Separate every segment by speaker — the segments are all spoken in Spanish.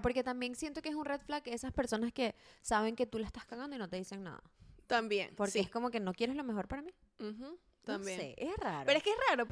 Speaker 1: Porque también siento que es un red flag esas personas que saben que tú la estás cagando y no te dicen nada.
Speaker 2: También.
Speaker 1: Porque
Speaker 2: sí.
Speaker 1: es como que no quieres lo mejor para mí.
Speaker 2: Ujú, También.
Speaker 1: No sé, es raro.
Speaker 2: Pero es que es raro.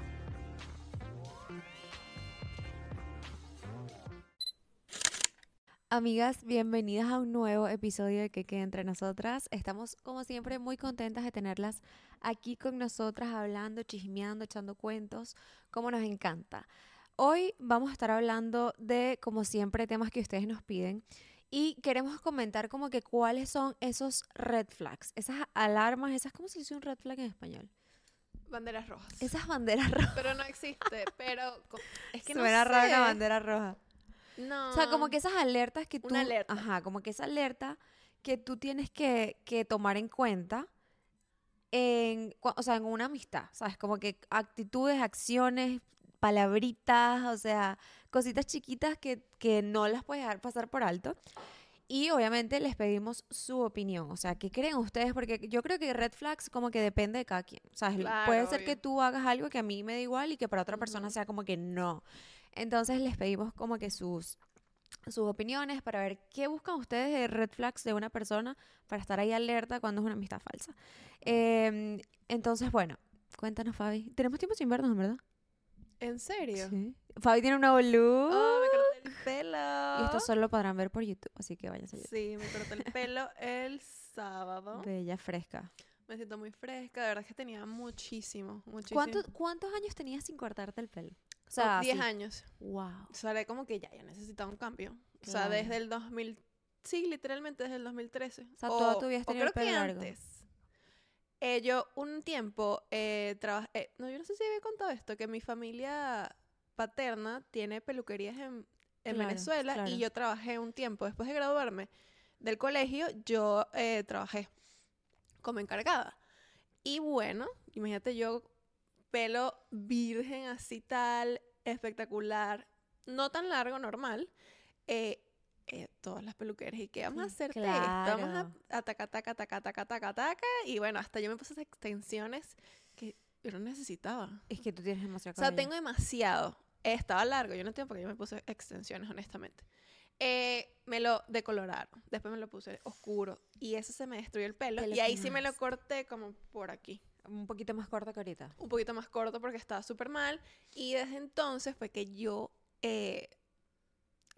Speaker 1: Amigas, bienvenidas a un nuevo episodio de Que Quede Entre Nosotras. Estamos, como siempre, muy contentas de tenerlas aquí con nosotras, hablando, chismeando, echando cuentos, como nos encanta. Hoy vamos a estar hablando de, como siempre, temas que ustedes nos piden y queremos comentar como que cuáles son esos red flags, esas alarmas, esas, ¿cómo se dice un red flag en español?
Speaker 2: Banderas rojas.
Speaker 1: Esas banderas rojas.
Speaker 2: Pero no existe, pero co- es que no
Speaker 1: Suena raro
Speaker 2: sé.
Speaker 1: una bandera roja.
Speaker 2: No.
Speaker 1: O sea, como que esas alertas que tú...
Speaker 2: Ah. Una alerta.
Speaker 1: Ajá, como que esa alerta que tú tienes que, que tomar en cuenta en, cua- o sea, en una amistad, ¿sabes? Como que actitudes, acciones, palabritas, o sea, cositas chiquitas que, que no las puedes dejar pasar por alto. Y obviamente les pedimos su opinión, o sea, ¿qué creen ustedes? Porque yo creo que red flags como que depende de cada quien, o sea,
Speaker 2: Claro,
Speaker 1: puede ser que
Speaker 2: obvio.
Speaker 1: tú hagas algo que a mí me da igual y que para otra persona
Speaker 2: Ujú.
Speaker 1: sea como que no. Entonces les pedimos como que sus, sus opiniones para ver qué buscan ustedes de red flags de una persona para estar ahí alerta cuando es una amistad falsa. Em, entonces, bueno, cuéntanos, Fabi. Tenemos tiempo sin vernos, en ¿verdad?
Speaker 2: ¿En serio?
Speaker 1: Sí. Fabi tiene un nuevo look.
Speaker 2: Oh, me corté el pelo.
Speaker 1: y esto solo podrán ver por YouTube, así que váyanse a YouTube.
Speaker 2: Sí, me corté el pelo el sábado.
Speaker 1: Bella, fresca.
Speaker 2: Me siento muy fresca. De verdad que tenía muchísimo, muchísimo.
Speaker 1: ¿Cuánto- ¿Cuántos años tenías sin cortarte el pelo? O sea,
Speaker 2: 10
Speaker 1: así,
Speaker 2: años.
Speaker 1: Wow.
Speaker 2: O sea, era como que ya, ya necesitaba un cambio. O sea,
Speaker 1: Claro.
Speaker 2: desde el 2000... Sí, literalmente desde el 2013.
Speaker 1: O sea, toda tu vida
Speaker 2: tuviste
Speaker 1: has tenido el
Speaker 2: creo que
Speaker 1: pelo largo.
Speaker 2: antes. Eh, yo un tiempo eh, trabajé... no, yo no sé si había contado esto, que mi familia paterna tiene peluquerías en, en
Speaker 1: Claro,
Speaker 2: Venezuela
Speaker 1: claro.
Speaker 2: y yo trabajé un tiempo. Después de graduarme del colegio, yo eh, trabajé como encargada. Y bueno, imagínate yo, pelo virgen así tal, espectacular, no tan largo, normal. eh, eh, todas las peluqueras, ¿y qué vamos a
Speaker 1: Sí,
Speaker 2: hacer? de esto? Vamos
Speaker 1: claro.
Speaker 2: a, a taca, taca, taca, taca, taca, taca. Y bueno, hasta yo me puse esas extensiones que yo no necesitaba.
Speaker 1: Es que tú tienes demasiado
Speaker 2: O sea,
Speaker 1: cabello.
Speaker 2: tengo demasiado. Eh, Estaba largo, yo no entiendo por qué yo me puse extensiones, honestamente. Eh, me lo decoloraron, después me lo puse oscuro y eso se me destruyó el pelo.
Speaker 1: Te lo
Speaker 2: Y ahí sí me lo
Speaker 1: quemaste.
Speaker 2: corté como por aquí,
Speaker 1: un poquito más corto que ahorita.
Speaker 2: un poquito más corto porque estaba súper mal. Y desde entonces fue que yo, eh,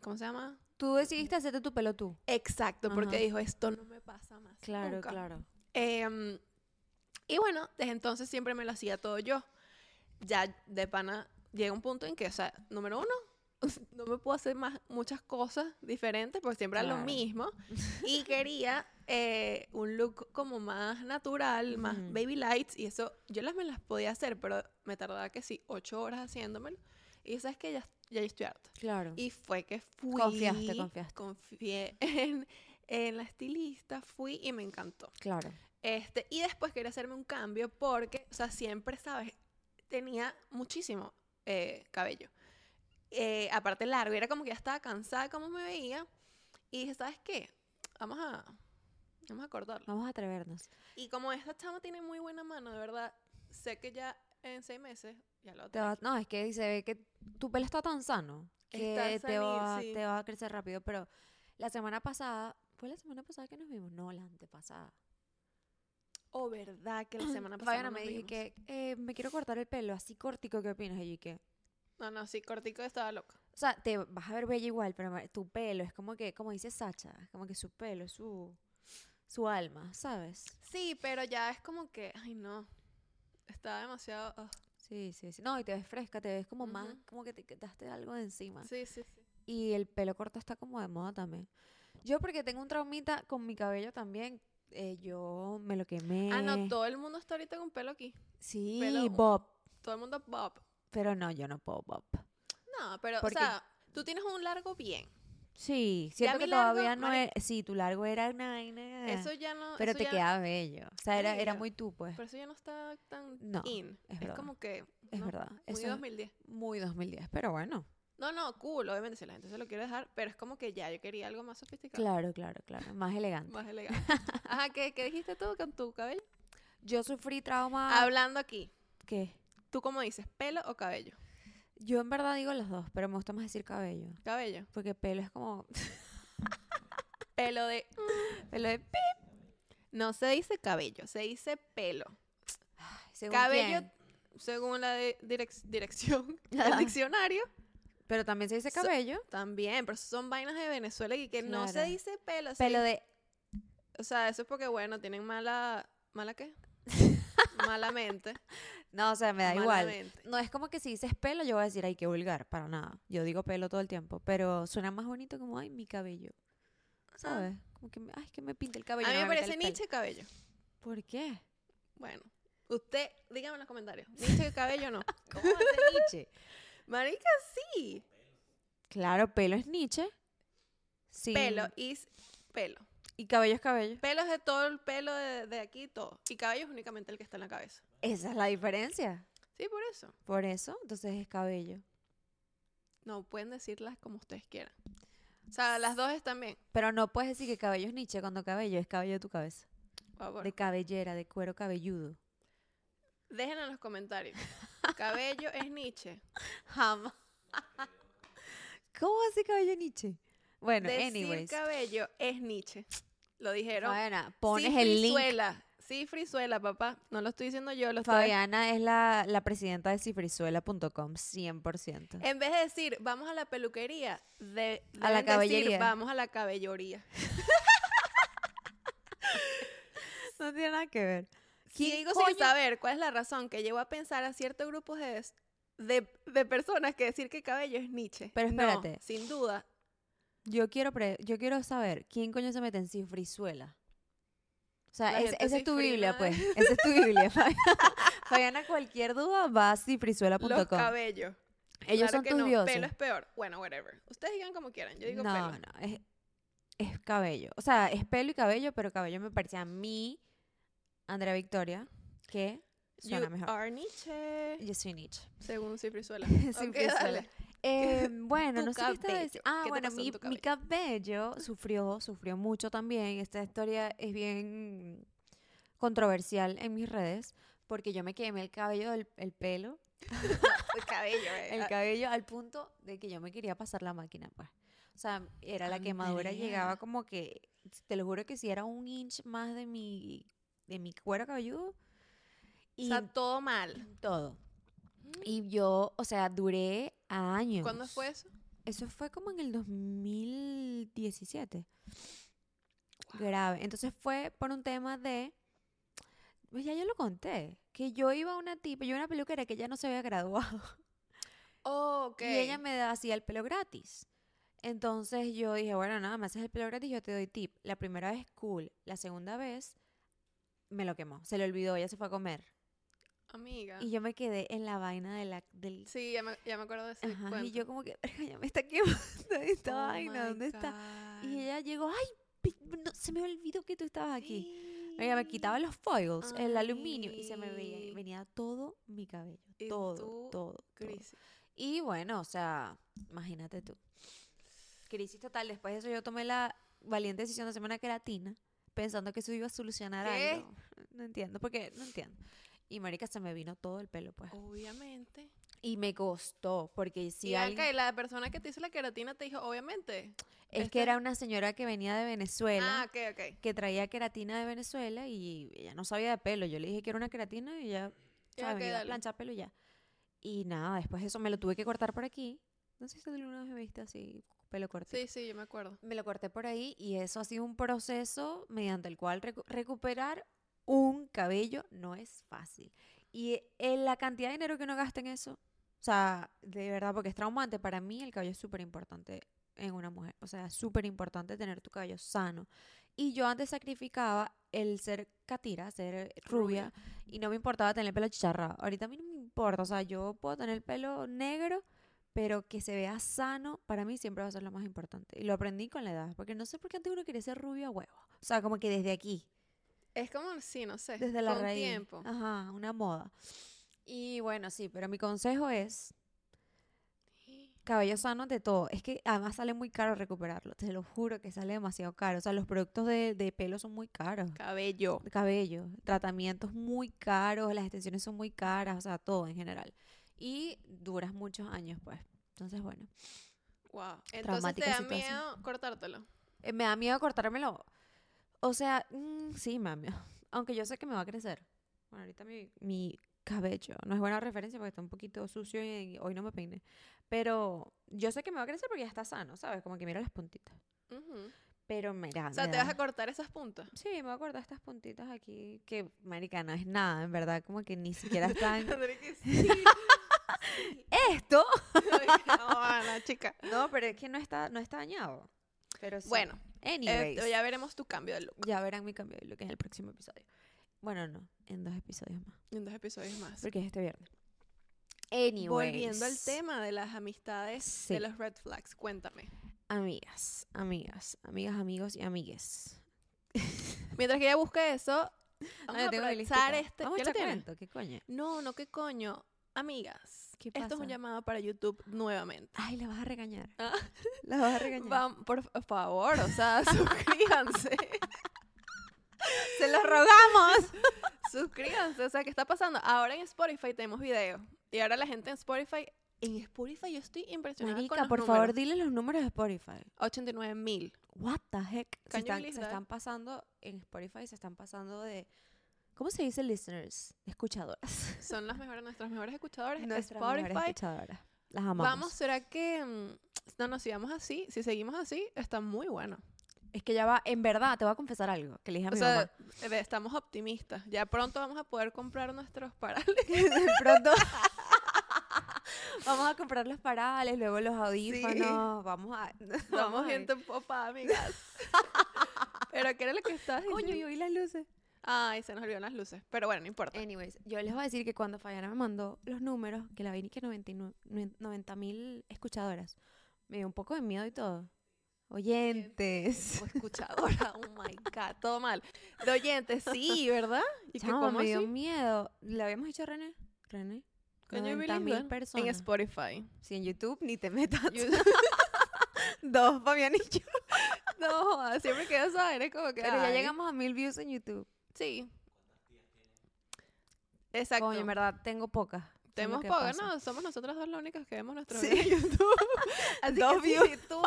Speaker 2: ¿cómo se llama?
Speaker 1: Tú decidiste hacerte tu pelo tú.
Speaker 2: Exacto, porque
Speaker 1: Ajá.
Speaker 2: dijo, esto no me pasa más.
Speaker 1: Claro,
Speaker 2: nunca".
Speaker 1: claro.
Speaker 2: Em, y bueno, desde entonces siempre me lo hacía todo yo. Ya de pana llega un punto en que, o sea, número uno, no me puedo hacer más muchas cosas diferentes porque siempre era lo
Speaker 1: Claro.
Speaker 2: mismo. Y quería eh, un look como más natural, más
Speaker 1: Ujú.
Speaker 2: baby lights. Y eso yo las me las podía hacer, pero me tardaba que sí, ocho horas haciéndomelo. Y sabes que ya, ya yo estoy harta.
Speaker 1: Claro.
Speaker 2: Y fue que fui.
Speaker 1: Confiaste, confiaste.
Speaker 2: Confié en, en la estilista, fui y me encantó.
Speaker 1: claro.
Speaker 2: Este, y después quería hacerme un cambio porque, o sea, siempre, ¿sabes? Tenía muchísimo eh, cabello. Eh, aparte largo, y era como que ya estaba cansada de cómo me veía. Y dije, ¿sabes qué? Vamos a, vamos a cortarlo.
Speaker 1: Vamos a atrevernos.
Speaker 2: Y como esta chama tiene muy buena mano, de verdad, sé que ya en seis meses ya lo
Speaker 1: Te va- no, es que se ve que tu pelo está tan sano que
Speaker 2: Está
Speaker 1: te,
Speaker 2: sanil,
Speaker 1: va,
Speaker 2: sí.
Speaker 1: te va a crecer rápido. Pero la semana pasada, ¿fue la semana pasada que nos vimos? No, la antepasada.
Speaker 2: O verdad que la semana pasada.
Speaker 1: Fabiana
Speaker 2: no
Speaker 1: me
Speaker 2: nos
Speaker 1: dije
Speaker 2: vimos.
Speaker 1: que eh, me quiero cortar el pelo así cortico, ¿qué opinas? Y yo que,
Speaker 2: No, no, sí, cortico estaba loca.
Speaker 1: o sea, te vas a ver bella igual, pero ma- tu pelo es como que, como dice Sacha, es como que su pelo, es su, su alma, ¿sabes?
Speaker 2: Sí, pero ya es como que, ay no, estaba demasiado... ah.
Speaker 1: Sí, sí, sí. No, y te ves fresca, te ves como más,
Speaker 2: Ujú.
Speaker 1: como que te quitaste algo de encima.
Speaker 2: Sí, sí, sí.
Speaker 1: Y el pelo corto está como de moda también. Yo porque tengo un traumita con mi cabello también, eh, yo me lo quemé.
Speaker 2: Ah, no, todo el mundo está ahorita con pelo aquí.
Speaker 1: Sí,
Speaker 2: pelo-
Speaker 1: bob.
Speaker 2: Todo el mundo bob.
Speaker 1: Pero no, yo no puedo bob.
Speaker 2: No, pero, o
Speaker 1: Porque-
Speaker 2: sea, tú tienes un largo bien.
Speaker 1: Sí,
Speaker 2: Ya
Speaker 1: siento
Speaker 2: mi
Speaker 1: que
Speaker 2: largo,
Speaker 1: todavía no
Speaker 2: marica.
Speaker 1: es... Sí, tu largo era... una vaina,
Speaker 2: Eso ya
Speaker 1: Ah,
Speaker 2: no...
Speaker 1: pero
Speaker 2: eso
Speaker 1: te
Speaker 2: ya-
Speaker 1: quedaba bello. O sea, era, era
Speaker 2: Bello.
Speaker 1: muy tú, pues.
Speaker 2: Pero eso ya no está tan
Speaker 1: No,
Speaker 2: in.
Speaker 1: es
Speaker 2: Es,
Speaker 1: verdad.
Speaker 2: como que...
Speaker 1: Es
Speaker 2: no,
Speaker 1: verdad,
Speaker 2: Muy
Speaker 1: eso es-
Speaker 2: 2010.
Speaker 1: Muy 2010, pero bueno.
Speaker 2: No, no, cool, obviamente, si la gente se lo quiere dejar, pero es como que ya yo quería algo más sofisticado.
Speaker 1: Claro, claro, claro. Más elegante.
Speaker 2: Más elegante. Ajá, ¿qué, ¿qué dijiste tú con tu cabello?
Speaker 1: Yo sufrí trauma...
Speaker 2: Hablando aquí,
Speaker 1: ¿Qué?
Speaker 2: ¿tú cómo dices, pelo o cabello?
Speaker 1: Yo en verdad digo los dos, pero me gusta más decir cabello.
Speaker 2: Cabello.
Speaker 1: Porque pelo es como.
Speaker 2: Pelo de.
Speaker 1: Pelo de. pi-
Speaker 2: No se dice cabello, se dice pelo.
Speaker 1: según
Speaker 2: cabello,
Speaker 1: quién.
Speaker 2: según la de- direc- dirección del diccionario,
Speaker 1: Pero también se dice
Speaker 2: So-
Speaker 1: cabello.
Speaker 2: también, pero son vainas de Venezuela y que no se
Speaker 1: Claro.
Speaker 2: dice pelo. se
Speaker 1: pelo de.
Speaker 2: O sea, eso es porque, bueno, tienen mala... ¿Mala qué? mala mente.
Speaker 1: No, o sea, me da
Speaker 2: mala
Speaker 1: igual.
Speaker 2: mente.
Speaker 1: No es como que si dices pelo, yo voy a decir, ay, qué vulgar, para nada. Yo digo pelo todo el tiempo, pero suena más bonito como, ay, mi cabello. ¿Sabes? Como que, me- ay, que me pinta el cabello.
Speaker 2: A mí
Speaker 1: no
Speaker 2: me
Speaker 1: pinta
Speaker 2: parece
Speaker 1: el pelo.
Speaker 2: Nietzsche cabello.
Speaker 1: ¿Por qué?
Speaker 2: Bueno, usted, dígame en los comentarios. ¿Nietzsche cabello o no?
Speaker 1: ¿Cómo va a ser Nietzsche?
Speaker 2: Marica, sí.
Speaker 1: Claro, pelo es Nietzsche. Sí.
Speaker 2: Pelo is pelo.
Speaker 1: Y cabello es cabello.
Speaker 2: Pelo es de todo el pelo de, de aquí, todo. Y cabello es únicamente el que está en la cabeza.
Speaker 1: Esa es la diferencia.
Speaker 2: Sí, por eso.
Speaker 1: Por eso, entonces es cabello.
Speaker 2: No, pueden decirlas como ustedes quieran. O sea, las dos están bien.
Speaker 1: Pero no puedes decir que cabello es Nietzsche cuando cabello es cabello de tu cabeza.
Speaker 2: Por favor.
Speaker 1: De cabellera, de cuero cabelludo.
Speaker 2: Déjenlo en los comentarios. Cabello es Nietzsche.
Speaker 1: Jamás. ¿Cómo hace cabello Nietzsche? Bueno,
Speaker 2: Decir
Speaker 1: anyways.
Speaker 2: cabello es Nietzsche. Lo dijeron.
Speaker 1: Fabiana, pones
Speaker 2: sí,
Speaker 1: el link.
Speaker 2: Frizuela. Sí, Frizuela, papá. No lo estoy diciendo yo, lo estoy...
Speaker 1: Fabiana es la, la presidenta de cifrizuela.com, 100%.
Speaker 2: En vez de decir, vamos a la peluquería, de,
Speaker 1: A la
Speaker 2: deben decir,
Speaker 1: caballería.
Speaker 2: vamos a la cabelloría.
Speaker 1: No tiene nada que ver.
Speaker 2: Si
Speaker 1: ¿Quién
Speaker 2: digo
Speaker 1: coño?
Speaker 2: sin saber cuál es la razón que llevó a pensar a ciertos grupos de, des- de, de personas que decir que cabello es Nietzsche.
Speaker 1: Pero
Speaker 2: No,
Speaker 1: espérate.
Speaker 2: sin duda.
Speaker 1: Yo quiero, pre- yo quiero saber quién coño se mete en cifrizuela. O sea,
Speaker 2: La
Speaker 1: es-
Speaker 2: gente ¿eh?
Speaker 1: esa es tu Biblia,
Speaker 2: cifrina.
Speaker 1: pues. Esa es tu Biblia, Fabiana. Fabiana, cualquier duda va a
Speaker 2: Los
Speaker 1: cifrizuela.com.
Speaker 2: cabellos.
Speaker 1: Ellos
Speaker 2: Claro
Speaker 1: son
Speaker 2: que
Speaker 1: tus
Speaker 2: no,
Speaker 1: dioses.
Speaker 2: Pelo es peor. Bueno, whatever. Ustedes digan como quieran. Yo digo
Speaker 1: no,
Speaker 2: pelo.
Speaker 1: no, es, es cabello. O sea, es pelo y cabello, pero cabello me parece a mí, Andrea Victoria, que suena
Speaker 2: You
Speaker 1: mejor.
Speaker 2: are Nietzsche.
Speaker 1: Yo soy Nietzsche.
Speaker 2: Según Ciprizuela.
Speaker 1: Sin
Speaker 2: Ok,
Speaker 1: Brizuela.
Speaker 2: dale.
Speaker 1: Eh, bueno,
Speaker 2: Tu
Speaker 1: no sé qué estaba
Speaker 2: cabello.
Speaker 1: diciendo. Ah,
Speaker 2: ¿Qué te
Speaker 1: bueno,
Speaker 2: pasó en
Speaker 1: mi,
Speaker 2: tu
Speaker 1: mi cabello sufrió, sufrió mucho también. Esta historia es bien controversial en mis redes porque yo me quemé el cabello, del- el pelo,
Speaker 2: El cabello, eh.
Speaker 1: el cabello al punto de que yo me quería pasar la máquina, pues. O sea, era la quemadura, llegaba
Speaker 2: Andrea.
Speaker 1: como que, te lo juro que si era un inch más de mi, de mi cuero cabelludo.
Speaker 2: O
Speaker 1: Y
Speaker 2: sea, todo mal.
Speaker 1: todo. Y yo, o sea, duré años.
Speaker 2: ¿Cuándo fue eso?
Speaker 1: Eso fue como en el 2017.
Speaker 2: Wow.
Speaker 1: Grave. Entonces fue por un tema de. Pues ya yo lo conté. Que yo iba a una tipa, yo iba a una peluquera que ya no se había graduado.
Speaker 2: Oh, ok.
Speaker 1: Y ella me da- hacía el pelo gratis. Entonces yo dije, bueno, nada, me haces el pelo gratis, yo te doy tip. La primera vez, cool. La segunda vez, me lo quemó. Se le olvidó, ella se fue a comer.
Speaker 2: Amiga.
Speaker 1: Y yo me quedé en la vaina de la, del
Speaker 2: Sí, ya me, ya me acuerdo de ese
Speaker 1: Ajá,
Speaker 2: cuento.
Speaker 1: y yo como que, "Verga, ya me está quemando esta
Speaker 2: Oh
Speaker 1: vaina,
Speaker 2: my
Speaker 1: ¿dónde está?
Speaker 2: God.
Speaker 1: Y ella llegó, ay, pi- no, se me olvidó que tú estabas aquí. Ella me
Speaker 2: Sí.
Speaker 1: quitaba los foils, el aluminio, y se me
Speaker 2: Ay.
Speaker 1: veía, venía todo mi cabello,
Speaker 2: Y
Speaker 1: todo,
Speaker 2: tú,
Speaker 1: todo, todo.
Speaker 2: Crisis.
Speaker 1: Y bueno, o sea, imagínate tú. Crisis total, después de eso yo tomé la valiente decisión de semana queratina, pensando que eso iba a solucionar
Speaker 2: ¿Qué?
Speaker 1: algo. No entiendo, porque no entiendo. Y marica, se me vino todo el pelo, pues.
Speaker 2: Obviamente.
Speaker 1: Y me costó, porque si
Speaker 2: Oh. y ven
Speaker 1: alguien...
Speaker 2: acá, y la persona que te hizo la queratina te dijo, obviamente.
Speaker 1: Es
Speaker 2: Este-
Speaker 1: que era una señora que venía de Venezuela,
Speaker 2: Ah, ok, ok.
Speaker 1: que traía queratina de Venezuela y ella no sabía de pelo. Yo le dije que era una queratina y ella
Speaker 2: Ya,
Speaker 1: ¿sabes?
Speaker 2: ok,
Speaker 1: me iba a
Speaker 2: dale.
Speaker 1: planchar pelo y ya. Y nada, después de eso me lo tuve que cortar por aquí. No sé si tú alguna vez me viste así, pelo corto.
Speaker 2: Sí, sí, yo me acuerdo.
Speaker 1: Me lo corté por ahí y eso ha sido un proceso mediante el cual recu- recuperar un cabello no es fácil. Y eh, eh, la cantidad de dinero que uno gasta en eso, o sea, de verdad, porque es traumante, para mí el cabello es súper importante en una mujer. O sea, es súper importante tener tu cabello sano. Y yo antes sacrificaba el ser catira, ser rubia, y no me importaba tener el pelo chicharrado. Ahorita a mí no me importa, o sea, yo puedo tener el pelo negro, pero que se vea sano, para mí siempre va a ser lo más importante. Y lo aprendí con la edad, porque no sé por qué antes uno quería ser rubio a huevo. O sea, como que desde aquí,
Speaker 2: Es como, sí, no sé.
Speaker 1: desde la
Speaker 2: con
Speaker 1: raíz. Ah,
Speaker 2: tiempo.
Speaker 1: Ajá, una moda. Y bueno, sí, pero mi consejo es cabello sano de todo. Es que además sale muy caro recuperarlo, te lo juro que sale demasiado caro. O sea, los productos de, de pelo son muy caros.
Speaker 2: Cabello.
Speaker 1: cabello, tratamientos muy caros, las extensiones son muy caras, o sea, todo en general. y duras muchos años, pues. Entonces, bueno,
Speaker 2: Wow. Entonces te
Speaker 1: Traumática
Speaker 2: da
Speaker 1: situación.
Speaker 2: miedo cortártelo.
Speaker 1: Eh, me da miedo cortármelo. O sea, mm, sí, me da miedo. Aunque yo sé que me va a crecer. Bueno, ahorita mi, mi cabello no es buena referencia porque está un poquito sucio y hoy no me peiné. Pero yo sé que me va a crecer porque ya está sano, ¿sabes? Como que mira las puntitas.
Speaker 2: Ujú.
Speaker 1: Pero mira,
Speaker 2: O sea,
Speaker 1: me
Speaker 2: te
Speaker 1: da-
Speaker 2: vas a cortar esas puntas.
Speaker 1: Sí, me voy a cortar estas puntitas aquí que, marica, no es nada, en verdad, como que ni siquiera están...
Speaker 2: Tendré que sí.
Speaker 1: ¿Esto?
Speaker 2: no, Ana, chica.
Speaker 1: No, pero es que no está, no está dañado. Pero sí.
Speaker 2: Bueno,
Speaker 1: anyways.
Speaker 2: esto, ya veremos tu cambio de look
Speaker 1: Ya verán mi cambio de look en el próximo episodio. Bueno, no, en dos episodios más.
Speaker 2: en dos episodios más.
Speaker 1: Porque es este viernes. Anyways.
Speaker 2: Volviendo al tema de las amistades,
Speaker 1: Sí.
Speaker 2: de los red flags, cuéntame.
Speaker 1: Amigas, amigas, amigas, amigos y amigues.
Speaker 2: Mientras que ella busca eso, vamos
Speaker 1: Ah,
Speaker 2: a
Speaker 1: yo tengo mi
Speaker 2: aprovechar
Speaker 1: listica.
Speaker 2: este.
Speaker 1: Vamos a
Speaker 2: ¿Ya lo
Speaker 1: echar
Speaker 2: tienes?
Speaker 1: cuento, ¿qué coño?
Speaker 2: No, no, qué coño. Amigas,
Speaker 1: ¿Qué
Speaker 2: esto es
Speaker 1: pasa?
Speaker 2: un llamado para YouTube nuevamente.
Speaker 1: Ay, la vas a regañar.
Speaker 2: Ah.
Speaker 1: La vas a regañar.
Speaker 2: Vam- por f- favor, o sea, suscríbanse.
Speaker 1: ¡Se lo rogamos!
Speaker 2: suscríbanse, o sea, ¿qué está pasando? Ahora en Spotify tenemos video. Y ahora la gente en Spotify. En Spotify yo estoy impresionada con
Speaker 1: Marica,
Speaker 2: los
Speaker 1: por
Speaker 2: números.
Speaker 1: favor, dile los números de Spotify.
Speaker 2: 89 mil.
Speaker 1: What the heck? Se
Speaker 2: Can you
Speaker 1: están,
Speaker 2: believe
Speaker 1: se
Speaker 2: that?
Speaker 1: están pasando en Spotify, se están pasando de... ¿Cómo se dice listeners? Escuchadoras.
Speaker 2: Son las mejores, nuestras mejores escuchadoras.
Speaker 1: Nuestras mejores
Speaker 2: Spotify.
Speaker 1: escuchadoras. Las amamos.
Speaker 2: Vamos, ¿será que mm, no nos sigamos así? Si seguimos así, está muy bueno.
Speaker 1: Es que ya va, en verdad, te voy a confesar algo que le dije a
Speaker 2: O
Speaker 1: mi
Speaker 2: sea, eh, estamos optimistas. Ya pronto vamos a poder comprar nuestros parales.
Speaker 1: mamá. Pronto vamos a comprar los parales, luego los audífonos, vamos a...
Speaker 2: Somos
Speaker 1: a-
Speaker 2: gente popa, amigas. Pero ¿qué era lo que estabas
Speaker 1: Coño,
Speaker 2: diciendo?
Speaker 1: yo vi las luces.
Speaker 2: Ay, se nos olvidaron las luces. Pero bueno, no importa.
Speaker 1: Anyways, yo les voy a decir que cuando Fayana me mandó los números, que la vi que 90 mil escuchadoras, me dio un poco de miedo y todo. Oyentes.
Speaker 2: O escuchadora, oh my god, todo mal. De oyentes, sí, ¿verdad? Y que
Speaker 1: Chama,
Speaker 2: como
Speaker 1: me dio
Speaker 2: así,
Speaker 1: miedo. ¿Le habíamos dicho a René? René.
Speaker 2: Coño, yo vi
Speaker 1: 90
Speaker 2: lindo.
Speaker 1: mil personas.
Speaker 2: En Spotify.
Speaker 1: Si en YouTube ni te metas.
Speaker 2: Yo-
Speaker 1: Dos, Fabián y yo.
Speaker 2: no, joda, siempre que eso eres como que.
Speaker 1: Pero ya
Speaker 2: ay,
Speaker 1: llegamos a mil views en YouTube.
Speaker 2: Sí. Exacto.
Speaker 1: Coño, en verdad, tengo pocas. Eso es lo
Speaker 2: Tenemos
Speaker 1: que
Speaker 2: pocas,
Speaker 1: pasa.
Speaker 2: ¿no? Somos nosotras dos las únicas que vemos nuestros
Speaker 1: Sí.
Speaker 2: videos en YouTube. Así
Speaker 1: Dos
Speaker 2: que
Speaker 1: views.
Speaker 2: si tú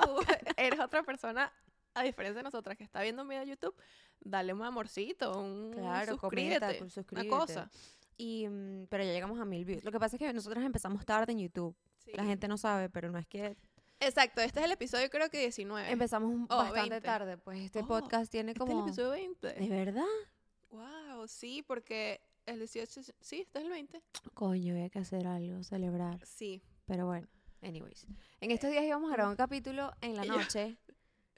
Speaker 2: eres otra persona, a diferencia de nosotras que está viendo un video de YouTube, dale un amorcito, un
Speaker 1: Claro,
Speaker 2: suscríbete,
Speaker 1: comenta, cu- suscríbete.
Speaker 2: una cosa.
Speaker 1: Y, mm, pero ya llegamos a mil views. Lo que pasa es que nosotros empezamos tarde en YouTube. La gente no sabe, pero no es que...
Speaker 2: Exacto, este es el episodio creo que 19.
Speaker 1: Empezamos un-
Speaker 2: Oh,
Speaker 1: bastante
Speaker 2: 20.
Speaker 1: tarde, pues este
Speaker 2: Oh,
Speaker 1: podcast tiene
Speaker 2: Este es el
Speaker 1: como...
Speaker 2: episodio 20.
Speaker 1: ¿De verdad?
Speaker 2: Wow, sí, porque el 18, es- sí, este es el 20.
Speaker 1: Coño, había que hacer algo, celebrar.
Speaker 2: Sí.
Speaker 1: Pero bueno, anyways. En estos días íbamos a grabar un capítulo en la
Speaker 2: Y yo-
Speaker 1: noche.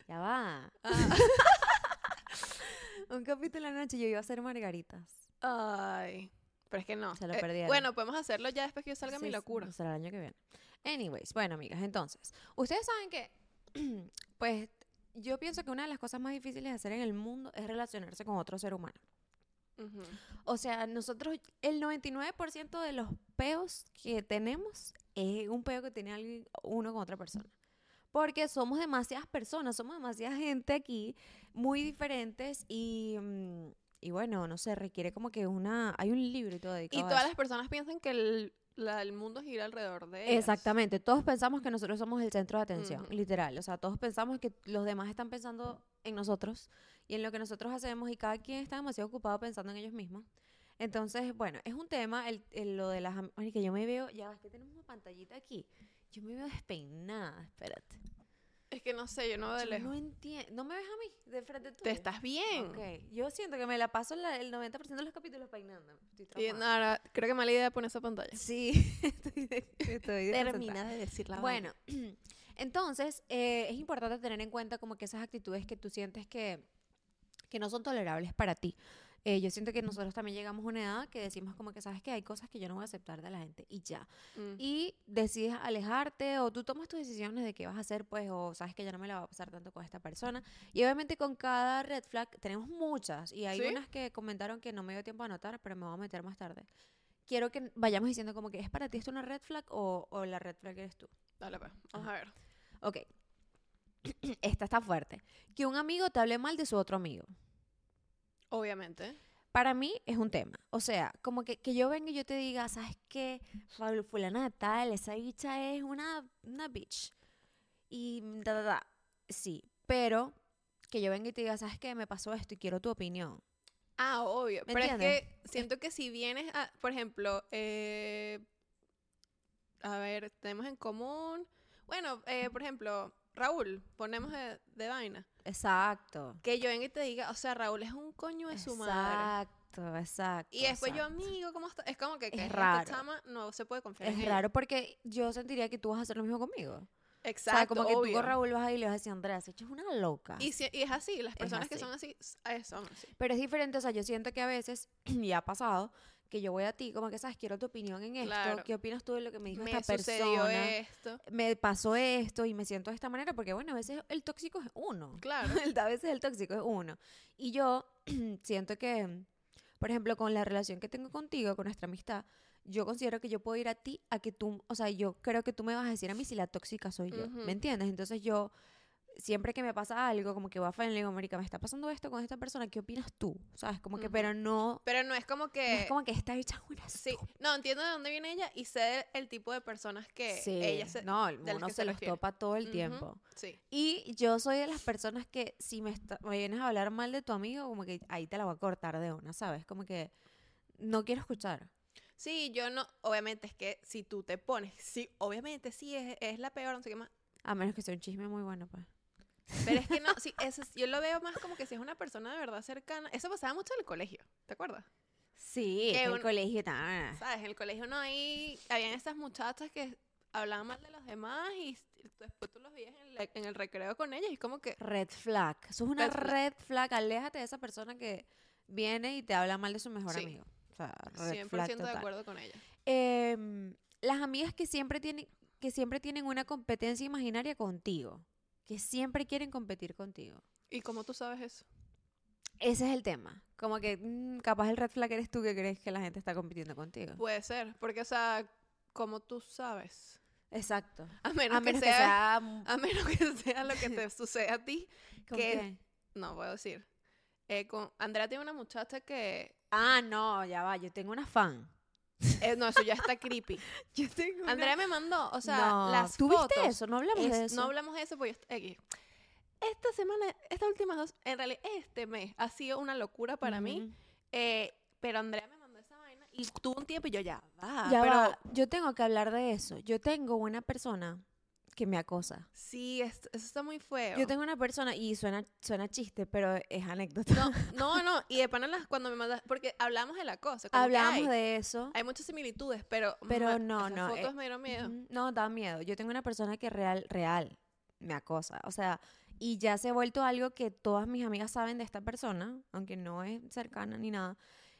Speaker 1: Ya va.
Speaker 2: Ah.
Speaker 1: un capítulo en la noche yo iba a hacer margaritas.
Speaker 2: Ay, pero es que no.
Speaker 1: Se lo
Speaker 2: Eh,
Speaker 1: perdieron.
Speaker 2: bueno, podemos hacerlo ya después que yo salga
Speaker 1: Sí,
Speaker 2: mi
Speaker 1: sí,
Speaker 2: locura.
Speaker 1: o sea, el año que viene. Anyways, bueno, amigas, entonces, ustedes saben que, pues, yo pienso que una de las cosas más difíciles de hacer en el mundo es relacionarse con otro ser humano.
Speaker 2: Ujú.
Speaker 1: O sea, nosotros, el 99% de los peos que tenemos es un peo que tiene alguien, uno con otra persona. Porque somos demasiadas personas, somos demasiada gente aquí, muy diferentes y, mm, y bueno, no sé, requiere como que una, hay un libro y todo
Speaker 2: Y
Speaker 1: dedicado a
Speaker 2: todas
Speaker 1: eso.
Speaker 2: las personas piensan que el, la- el mundo gira alrededor de ellas.
Speaker 1: Exactamente, todos pensamos que nosotros somos el centro de atención,
Speaker 2: Ujú.
Speaker 1: literal. O sea, todos pensamos que los demás están pensando en nosotros y en lo que nosotros hacemos y cada quien está demasiado ocupado pensando en ellos mismos. Entonces, bueno, es un tema, el, el- lo de las... am- Marica, yo me veo, ya es que tenemos una pantallita aquí, yo me veo despeinada, espérate.
Speaker 2: Es que no sé, yo no veo de
Speaker 1: Yo no
Speaker 2: lejos.
Speaker 1: entiendo, ¿no me ves a mí de frente tú?
Speaker 2: Te estás bien.
Speaker 1: Ok, yo siento que me la paso la- el 90% de los capítulos peinando. Estoy
Speaker 2: Y
Speaker 1: traumada.
Speaker 2: nada, creo que mala idea poner esa pantalla.
Speaker 1: Sí, estoy, de- estoy desconcentrada.
Speaker 2: de decir la
Speaker 1: Bueno, entonces eh, es importante tener en cuenta como que esas actitudes que tú sientes que, que no son tolerables para ti. Eh, yo siento que nosotros también llegamos a una edad que decimos como que sabes que hay cosas que yo no voy a aceptar de la gente y ya. Y decides alejarte o tú tomas tus decisiones de qué vas a hacer, pues, o sabes que ya no me la va a pasar tanto con esta persona. Y obviamente con cada red flag tenemos muchas y hay
Speaker 2: ¿Sí?
Speaker 1: unas que comentaron que no me dio tiempo a anotar, pero me voy a meter más tarde. Quiero que vayamos diciendo como que es para ti esto una red flag o, o la red flag eres tú.
Speaker 2: Dale, pues. Vamos a ver.
Speaker 1: Ok. Esta está fuerte. Que un amigo te hable mal de su otro amigo.
Speaker 2: Obviamente.
Speaker 1: para mí es un tema. O sea, como que, que yo venga y yo te diga, ¿sabes qué? Ful- Fulana de tal, esa bicha es una, una bitch. Y da, da, da. Sí, pero que yo venga y te diga, ¿sabes qué? Me pasó esto y quiero tu opinión.
Speaker 2: Ah, obvio.
Speaker 1: ¿Me
Speaker 2: Pero es
Speaker 1: entiendes?
Speaker 2: que siento que si vienes a, por ejemplo, eh, a ver, tenemos en común. Bueno, eh, por ejemplo, Raúl, ponemos de, de vaina.
Speaker 1: Exacto.
Speaker 2: Que yo venga y te diga, o sea, Raúl es un coño de su madre.
Speaker 1: Exacto, exacto.
Speaker 2: Y después
Speaker 1: exacto.
Speaker 2: yo, amigo, ¿cómo está? Es como que, que
Speaker 1: Es
Speaker 2: esta
Speaker 1: raro.
Speaker 2: chama no se puede confiar en
Speaker 1: Es
Speaker 2: él.
Speaker 1: raro porque yo sentiría que tú vas a hacer lo mismo conmigo.
Speaker 2: Exacto,
Speaker 1: o sea, como que tú
Speaker 2: obvio.
Speaker 1: con Raúl vas ahí y le vas a decir, Andrea, esa chica es una loca.
Speaker 2: Y, si- y es así, las
Speaker 1: Es
Speaker 2: personas que
Speaker 1: así.
Speaker 2: son así, s- eh, son así.
Speaker 1: Pero es diferente, o sea, yo siento que a veces, y ha pasado, que yo voy a ti, como que, ¿sabes? Quiero tu opinión en esto.
Speaker 2: Claro.
Speaker 1: ¿Qué opinas tú de lo que me dijo
Speaker 2: Me
Speaker 1: esta
Speaker 2: sucedió e-".
Speaker 1: persona?
Speaker 2: esto.
Speaker 1: Me pasó esto y me siento de esta manera, porque bueno, a veces el tóxico es uno.
Speaker 2: Claro.
Speaker 1: El- a veces el tóxico es uno. Y yo siento que, por ejemplo, con la relación que tengo contigo, con nuestra amistad, yo considero que yo puedo ir a ti a que tú, o sea, yo creo que tú me vas a decir a mí si la tóxica soy yo,
Speaker 2: Ujú.
Speaker 1: ¿me entiendes? Entonces yo, siempre que me pasa algo, como que va a Fran y le digo, marica, me está pasando esto con esta persona, ¿qué opinas tú? ¿Sabes? Como que,
Speaker 2: Ujú.
Speaker 1: pero no,
Speaker 2: Pero no es como
Speaker 1: no
Speaker 2: que.
Speaker 1: es como que está hecha una
Speaker 2: Sí,
Speaker 1: estúpida.
Speaker 2: no, entiendo de dónde viene ella y sé el tipo de personas que
Speaker 1: Sí,
Speaker 2: eh, ella se...
Speaker 1: no,
Speaker 2: de las
Speaker 1: uno
Speaker 2: que
Speaker 1: se,
Speaker 2: se
Speaker 1: los
Speaker 2: refiere.
Speaker 1: topa todo el
Speaker 2: Ujú.
Speaker 1: tiempo.
Speaker 2: Sí,
Speaker 1: Y yo soy de las personas que si me, está- me vienes a hablar mal de tu amigo, como que ahí te la voy a cortar de una, ¿sabes? Como que no quiero escuchar.
Speaker 2: sí, yo no, obviamente es que si tú te pones, sí, obviamente sí, es, es la peor, no sé qué más,
Speaker 1: A menos que sea un chisme muy bueno, pues.
Speaker 2: pero es que no, sí, eso es- yo lo veo más como que si es una persona de verdad cercana, eso pasaba mucho en el colegio, ¿te acuerdas?
Speaker 1: Sí,
Speaker 2: Que
Speaker 1: en
Speaker 2: un-
Speaker 1: el colegio está.
Speaker 2: ¿Sabes? En el colegio no hay, habían esas muchachas que hablaban mal de los demás y s- después tú los veías en, la- en el recreo con ellas y es como que,
Speaker 1: Red flag. Pues, Eso es una
Speaker 2: Red
Speaker 1: red
Speaker 2: flag.
Speaker 1: flag. Aléjate de esa persona que viene y te habla mal de su mejor
Speaker 2: Sí.
Speaker 1: amigo. O sea, red
Speaker 2: 100%
Speaker 1: flag
Speaker 2: de
Speaker 1: total.
Speaker 2: acuerdo con ella.
Speaker 1: Em, las amigas que siempre tienen que siempre tienen una competencia imaginaria contigo, que siempre quieren competir contigo.
Speaker 2: ¿Y cómo tú sabes eso?
Speaker 1: Ese es el tema. Como que mm, capaz el red flag eres tú que crees que la gente está compitiendo contigo.
Speaker 2: Puede ser, porque, o sea, ¿cómo tú sabes?
Speaker 1: Exacto.
Speaker 2: A menos,
Speaker 1: A menos
Speaker 2: que,
Speaker 1: que
Speaker 2: sea,
Speaker 1: sea...
Speaker 2: A menos que sea lo que te sucede a ti.
Speaker 1: ¿con
Speaker 2: que-
Speaker 1: qué?
Speaker 2: No, puedo decir. Eh, con Andrea tiene una muchacha que...
Speaker 1: Ah, no, ya va. Yo tengo una fan.
Speaker 2: eh, no, eso ya está creepy.
Speaker 1: Yo tengo
Speaker 2: Andrea me mandó, o sea,
Speaker 1: no,
Speaker 2: las
Speaker 1: ¿tú viste
Speaker 2: fotos.
Speaker 1: eso? No hablamos de
Speaker 2: Es-
Speaker 1: eso.
Speaker 2: No hablamos de eso porque yo... aquí. Esta semana, estas últimas dos, en realidad este mes ha sido una locura para mí.
Speaker 1: Ujú.
Speaker 2: eh, pero Andrea me mandó esa vaina y tuvo un tiempo y yo ya va.
Speaker 1: ya
Speaker 2: pero
Speaker 1: va. Yo tengo que hablar de eso. Yo tengo una persona que me acosa.
Speaker 2: sí, es- eso está muy feo.
Speaker 1: Yo tengo una persona, y suena, suena chiste, pero es anécdota.
Speaker 2: No, no, no. Y de pana las- cuando me mandas, porque hablamos de la cosa. como que,
Speaker 1: Hablamos
Speaker 2: ay,
Speaker 1: de eso.
Speaker 2: Hay muchas similitudes, pero.
Speaker 1: Pero
Speaker 2: ma-
Speaker 1: no,
Speaker 2: esas
Speaker 1: no,
Speaker 2: fotos
Speaker 1: eh,
Speaker 2: me dieron miedo.
Speaker 1: Ujú. No, da miedo. Yo tengo una persona que real, real me acosa. O sea, y ya se ha vuelto algo que todas mis amigas saben de esta persona, aunque no es cercana ni nada.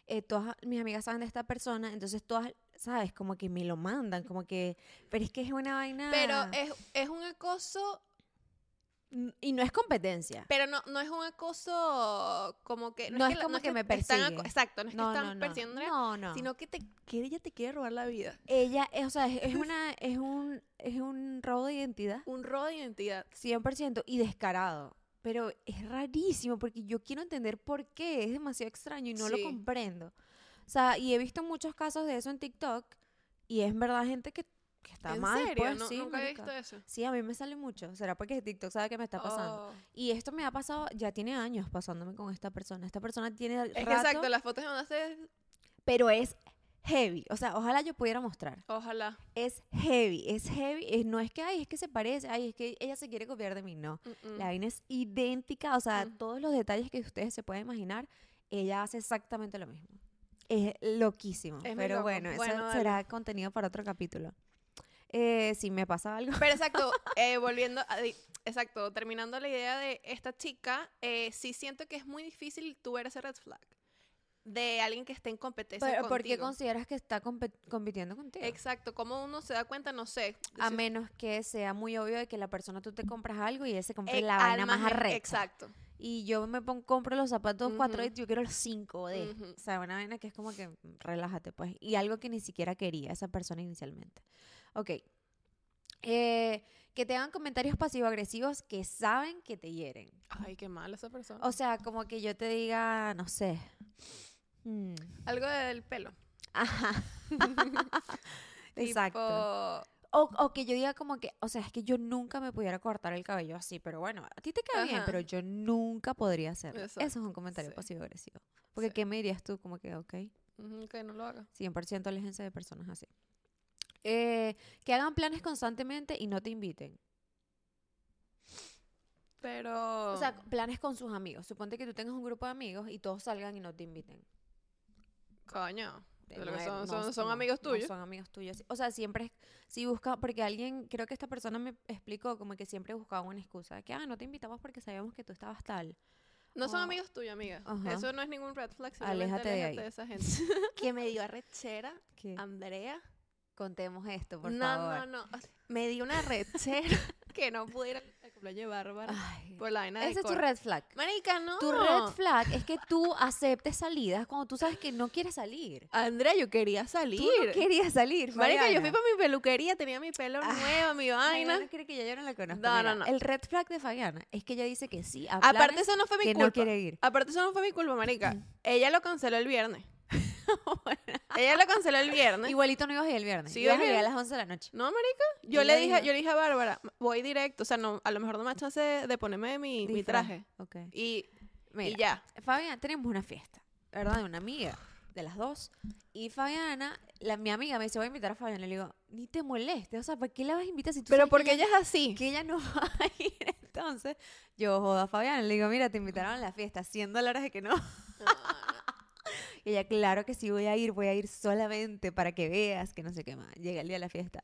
Speaker 1: eh, todas mis amigas saben de esta persona, entonces todas, ¿sabes? Como que me lo mandan, como que, pero es que es una vaina.
Speaker 2: Pero eh, es, es un acoso,
Speaker 1: N- Y no es competencia.
Speaker 2: pero no, no es un acoso como que.
Speaker 1: No es
Speaker 2: que la-
Speaker 1: como
Speaker 2: es
Speaker 1: que me
Speaker 2: te están aco-
Speaker 1: persigue.
Speaker 2: exacto, no es que
Speaker 1: No,
Speaker 2: están
Speaker 1: no, no.
Speaker 2: persiguiendo,
Speaker 1: No, no.
Speaker 2: sino que, te, que ella te quiere robar la vida.
Speaker 1: Ella, eh, o sea, es, es una, es un, es un robo de identidad.
Speaker 2: Un robo de identidad.
Speaker 1: 100% y descarado. Pero es rarísimo porque yo quiero entender por qué. Es demasiado extraño y no
Speaker 2: Sí.
Speaker 1: lo comprendo. O sea, y he visto muchos casos de eso en TikTok y es verdad gente que, que está
Speaker 2: ¿En
Speaker 1: mal.
Speaker 2: serio?
Speaker 1: pues,
Speaker 2: No-
Speaker 1: sí,
Speaker 2: nunca he
Speaker 1: marica.
Speaker 2: visto eso.
Speaker 1: Sí, a mí me sale mucho. ¿Será porque TikTok sabe que me está pasando?
Speaker 2: Oh.
Speaker 1: Y esto me ha pasado, ya tiene años pasándome con esta persona. Esta persona tiene
Speaker 2: Es que
Speaker 1: rato,
Speaker 2: exacto, las fotos que mandaste,
Speaker 1: pero es heavy. O sea, ojalá yo pudiera mostrar.
Speaker 2: ojalá.
Speaker 1: Es heavy, es heavy. es- no es que, ay, es que se parece, ay, es que ella se quiere copiar de mí. No.
Speaker 2: Mm, mm.
Speaker 1: La vaina es idéntica, o sea,
Speaker 2: Ujú.
Speaker 1: todos los detalles que ustedes se pueden imaginar, ella hace exactamente lo mismo. Es loquísimo,
Speaker 2: Es muy
Speaker 1: pero
Speaker 2: loco.
Speaker 1: bueno, eso
Speaker 2: Bueno, dale.
Speaker 1: será contenido para otro capítulo. Eh, si me pasa algo.
Speaker 2: Pero exacto, eh, volviendo, a di- exacto, terminando la idea de esta chica, eh, sí siento que es muy difícil tú ver ese red flag de alguien que esté en competencia
Speaker 1: Pero, ¿Por qué
Speaker 2: contigo.
Speaker 1: consideras que está compe- compitiendo contigo?
Speaker 2: Exacto, cómo uno se da cuenta, no sé.
Speaker 1: A
Speaker 2: Si-
Speaker 1: menos que sea muy obvio de que la persona tú te compras algo y ella se compra
Speaker 2: eh,
Speaker 1: la vaina
Speaker 2: almas
Speaker 1: más
Speaker 2: en-
Speaker 1: arrecha.
Speaker 2: Exacto.
Speaker 1: Y yo me pon- compro los zapatos
Speaker 2: Ujú.
Speaker 1: cuatro, yo quiero los cinco de.
Speaker 2: Ujú.
Speaker 1: O sea, una vaina que es como que mm, relájate, pues. Y algo que ni siquiera quería esa persona inicialmente. Ok. Eh, que te hagan comentarios pasivo-agresivos que saben que te hieren.
Speaker 2: Ay, qué mal esa persona.
Speaker 1: O sea, como que yo te diga, no sé, Mm.
Speaker 2: Algo del pelo.
Speaker 1: Ajá. Exacto.
Speaker 2: Tipo,
Speaker 1: O, o que yo diga como que, o sea, es que yo nunca me pudiera cortar el cabello así, pero bueno, a ti te queda bien,
Speaker 2: Ajá.
Speaker 1: pero yo nunca podría hacerlo.
Speaker 2: Exacto,
Speaker 1: Eso es un comentario
Speaker 2: sí.
Speaker 1: pasivo-agresivo. Porque,
Speaker 2: Sí.
Speaker 1: ¿qué me dirías tú? Como que, ok,
Speaker 2: ujú, que no lo haga.
Speaker 1: 100% aléjense de personas así. Eh, que hagan planes constantemente y no te inviten.
Speaker 2: Pero.
Speaker 1: O sea, planes con sus amigos. Suponte que tú tengas un grupo de amigos y todos salgan y no te inviten.
Speaker 2: coño.
Speaker 1: de
Speaker 2: Pero que
Speaker 1: nuevo,
Speaker 2: son,
Speaker 1: no
Speaker 2: son,
Speaker 1: s-
Speaker 2: son
Speaker 1: no,
Speaker 2: amigos
Speaker 1: no
Speaker 2: tuyos.
Speaker 1: son amigos tuyos. O sea, siempre, es- si busca, porque alguien, creo que esta persona me explicó como que siempre buscaba una excusa, que, ah, no te invitamos porque sabíamos que tú estabas tal.
Speaker 2: No son
Speaker 1: Oh.
Speaker 2: amigos tuyos, amiga.
Speaker 1: Ajá.
Speaker 2: Eso no es ningún red flag. simplemente
Speaker 1: Aléjate
Speaker 2: aléjate
Speaker 1: de
Speaker 2: de,
Speaker 1: ahí.
Speaker 2: esa gente. que me dio arrechera,
Speaker 1: Que
Speaker 2: Andrea.
Speaker 1: contemos esto, por
Speaker 2: no,
Speaker 1: favor.
Speaker 2: no, no. o sea, me dio una arrechera que no pude ir al al cumpleaños de Bárbara.
Speaker 1: Ay,
Speaker 2: Por la vaina de
Speaker 1: ese es tu
Speaker 2: coro.
Speaker 1: red flag.
Speaker 2: Marica, no.
Speaker 1: Tu red flag es que tú aceptes salidas cuando tú sabes que no quieres salir.
Speaker 2: Andrea, yo quería salir.
Speaker 1: Tú no querías salir,
Speaker 2: Marica, yo
Speaker 1: Fabiana.
Speaker 2: fui para mi peluquería, tenía mi pelo
Speaker 1: Ah,
Speaker 2: nuevo, mi vaina.
Speaker 1: Fabiana cree que ya yo no la conozco.
Speaker 2: No,
Speaker 1: Mira,
Speaker 2: no, no.
Speaker 1: El red flag de Fabiana es que ella dice que sí. a
Speaker 2: Aparte,
Speaker 1: planes
Speaker 2: eso no fue mi
Speaker 1: que
Speaker 2: culpa.
Speaker 1: no quiere ir. Mm.
Speaker 2: Aparte, eso no fue mi culpa, marica. Ella lo canceló el viernes. Ella lo canceló el viernes.
Speaker 1: Igualito no ibas a ir el viernes.
Speaker 2: Sí,
Speaker 1: ibas
Speaker 2: iba
Speaker 1: a
Speaker 2: a
Speaker 1: ir a
Speaker 2: ir.
Speaker 1: las 11 de la noche.
Speaker 2: No, marica. Yo
Speaker 1: Ella
Speaker 2: le dije,
Speaker 1: dijo-
Speaker 2: yo le dije a Bárbara, voy directo. O sea, no, a lo mejor no me da chance de, de ponerme mi, mi
Speaker 1: Disfraz.
Speaker 2: traje.
Speaker 1: Ok.
Speaker 2: Y,
Speaker 1: Mira,
Speaker 2: y ya.
Speaker 1: Fabián, tenemos una fiesta, ¿verdad? De una amiga, de las dos. Y Fabiana, la, mi amiga me dice, voy a invitar a Fabiana. Le digo, ni te molestes, o sea, ¿para qué la vas a invitar si tú
Speaker 2: Pero
Speaker 1: sabes
Speaker 2: porque
Speaker 1: que
Speaker 2: ella
Speaker 1: ella,
Speaker 2: es así.
Speaker 1: que ella no va a ir? Entonces, yo jodo a Fabiana, le digo, mira, te invitaron a la fiesta, 100 dólares de que no. Y ella, claro que sí voy a ir, voy a ir solamente para que veas que no sé qué más. Llega el día de la fiesta.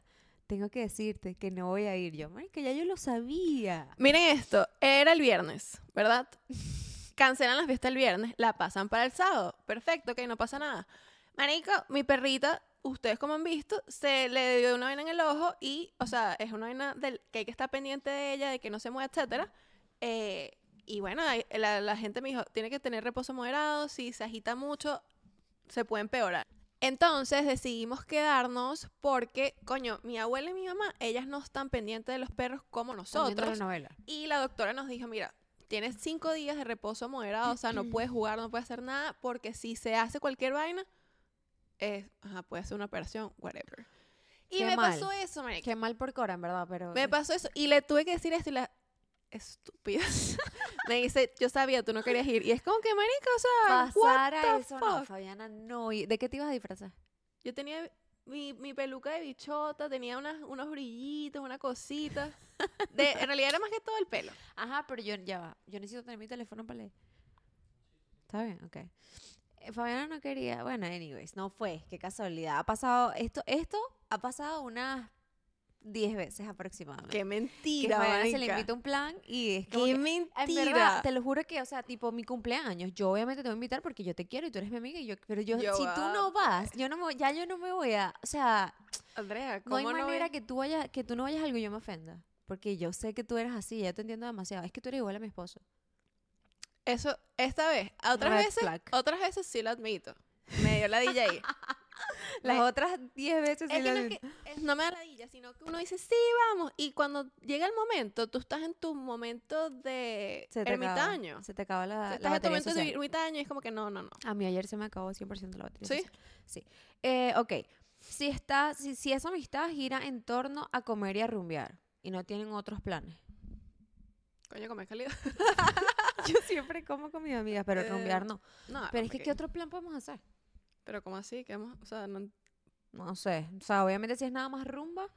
Speaker 1: Tengo que decirte que no voy a ir yo. que ya yo lo sabía.
Speaker 2: Miren esto, era el viernes, ¿verdad? Cancelan la fiesta el viernes, la pasan para el sábado. Perfecto, que no pasa nada. Marica, mi perrita, ustedes como han visto, se le dio una vaina en el ojo y, o sea, es una vaina del, que hay que estar pendiente de ella, de que no se mueva, etcétera. Eh, y bueno, ahí- la, la gente me dijo, tiene que tener reposo moderado, si se agita mucho, se puede empeorar. Entonces decidimos quedarnos porque, coño, mi abuela y mi mamá, ellas no están pendientes de los perros como
Speaker 1: Están viendo
Speaker 2: nosotros.
Speaker 1: la novela.
Speaker 2: Y la doctora nos dijo, mira, tienes cinco días de reposo moderado, o sea, no puedes jugar, no puedes hacer nada, porque si se hace cualquier vaina, es, ajá, puede ser una operación, whatever. Y
Speaker 1: Qué
Speaker 2: me
Speaker 1: mal.
Speaker 2: pasó eso, marica.
Speaker 1: Qué mal por Cora, en verdad, pero... eh,
Speaker 2: Me pasó eso. Y le tuve que decir esto y la... Estúpida. me dice, yo sabía, tú no querías ir. Y es como que, marica, o sea, what
Speaker 1: pasara
Speaker 2: the
Speaker 1: eso, no,
Speaker 2: fuck?
Speaker 1: Fabiana, no. ¿Y ¿De qué te ibas a disfrazar?
Speaker 2: Yo tenía mi, mi peluca de bichota, tenía unas, unos brillitos, una cosita. De, en realidad era más que todo el pelo.
Speaker 1: Ajá, pero yo ya va. Yo necesito tener mi teléfono para leer. Está bien, ok. Eh, Fabiana no quería. Bueno, anyways, no fue. Qué casualidad. Ha pasado esto, esto ha pasado unas 10 veces aproximadamente.
Speaker 2: Qué
Speaker 1: Que
Speaker 2: mentira,
Speaker 1: Fabiana se le
Speaker 2: marica.
Speaker 1: invita a un plan y es como
Speaker 2: ¡Qué
Speaker 1: que- En
Speaker 2: mentira!
Speaker 1: verdad, te lo juro que, o sea, tipo mi cumpleaños, yo obviamente te voy a invitar porque yo te quiero y tú eres mi amiga y yo, pero yo,
Speaker 2: Yo
Speaker 1: si tú
Speaker 2: va,
Speaker 1: no vas, yo no me, voy- ya yo no me voy a, o sea,
Speaker 2: Andrea,
Speaker 1: No hay
Speaker 2: ¿cómo no,
Speaker 1: manera
Speaker 2: ves?
Speaker 1: que tú vayas, que tú no vayas a algo y yo me ofenda. Porque yo sé que tú eres así, ya te entiendo demasiado. Es que tú eres igual a mi esposo.
Speaker 2: Eso, esta vez. A Otras
Speaker 1: Red
Speaker 2: veces,
Speaker 1: flag.
Speaker 2: otras veces sí lo admito. Me dio la DJ.
Speaker 1: Las
Speaker 2: Me-
Speaker 1: otras 10 veces
Speaker 2: Es
Speaker 1: sí
Speaker 2: que
Speaker 1: lo
Speaker 2: no, es
Speaker 1: vi.
Speaker 2: que- es- no me da la dilla, sino que uno dice, sí, vamos. Y cuando llega el momento, tú estás en tu momento de
Speaker 1: se te acaba-
Speaker 2: ermitaño.
Speaker 1: se te acaba la, la
Speaker 2: estás en tu
Speaker 1: batería
Speaker 2: momento de
Speaker 1: social.
Speaker 2: ermitaño y es como que no, no, no.
Speaker 1: A mí ayer se me acabó 100% la batería.
Speaker 2: ¿Sí?
Speaker 1: social. Sí. Eh, ok. Si, está, si, si esa amistad gira en torno a comer y a rumbear y no tienen otros planes.
Speaker 2: Coño, comes calidad.
Speaker 1: Yo siempre como con mis amigas, pero
Speaker 2: Eh,
Speaker 1: rumbear no.
Speaker 2: No,
Speaker 1: Pero es que, ¿qué
Speaker 2: marica.
Speaker 1: otro plan podemos hacer?
Speaker 2: Pero como así, que vamos, o sea, no...
Speaker 1: No sé, o sea, obviamente si es nada más rumba,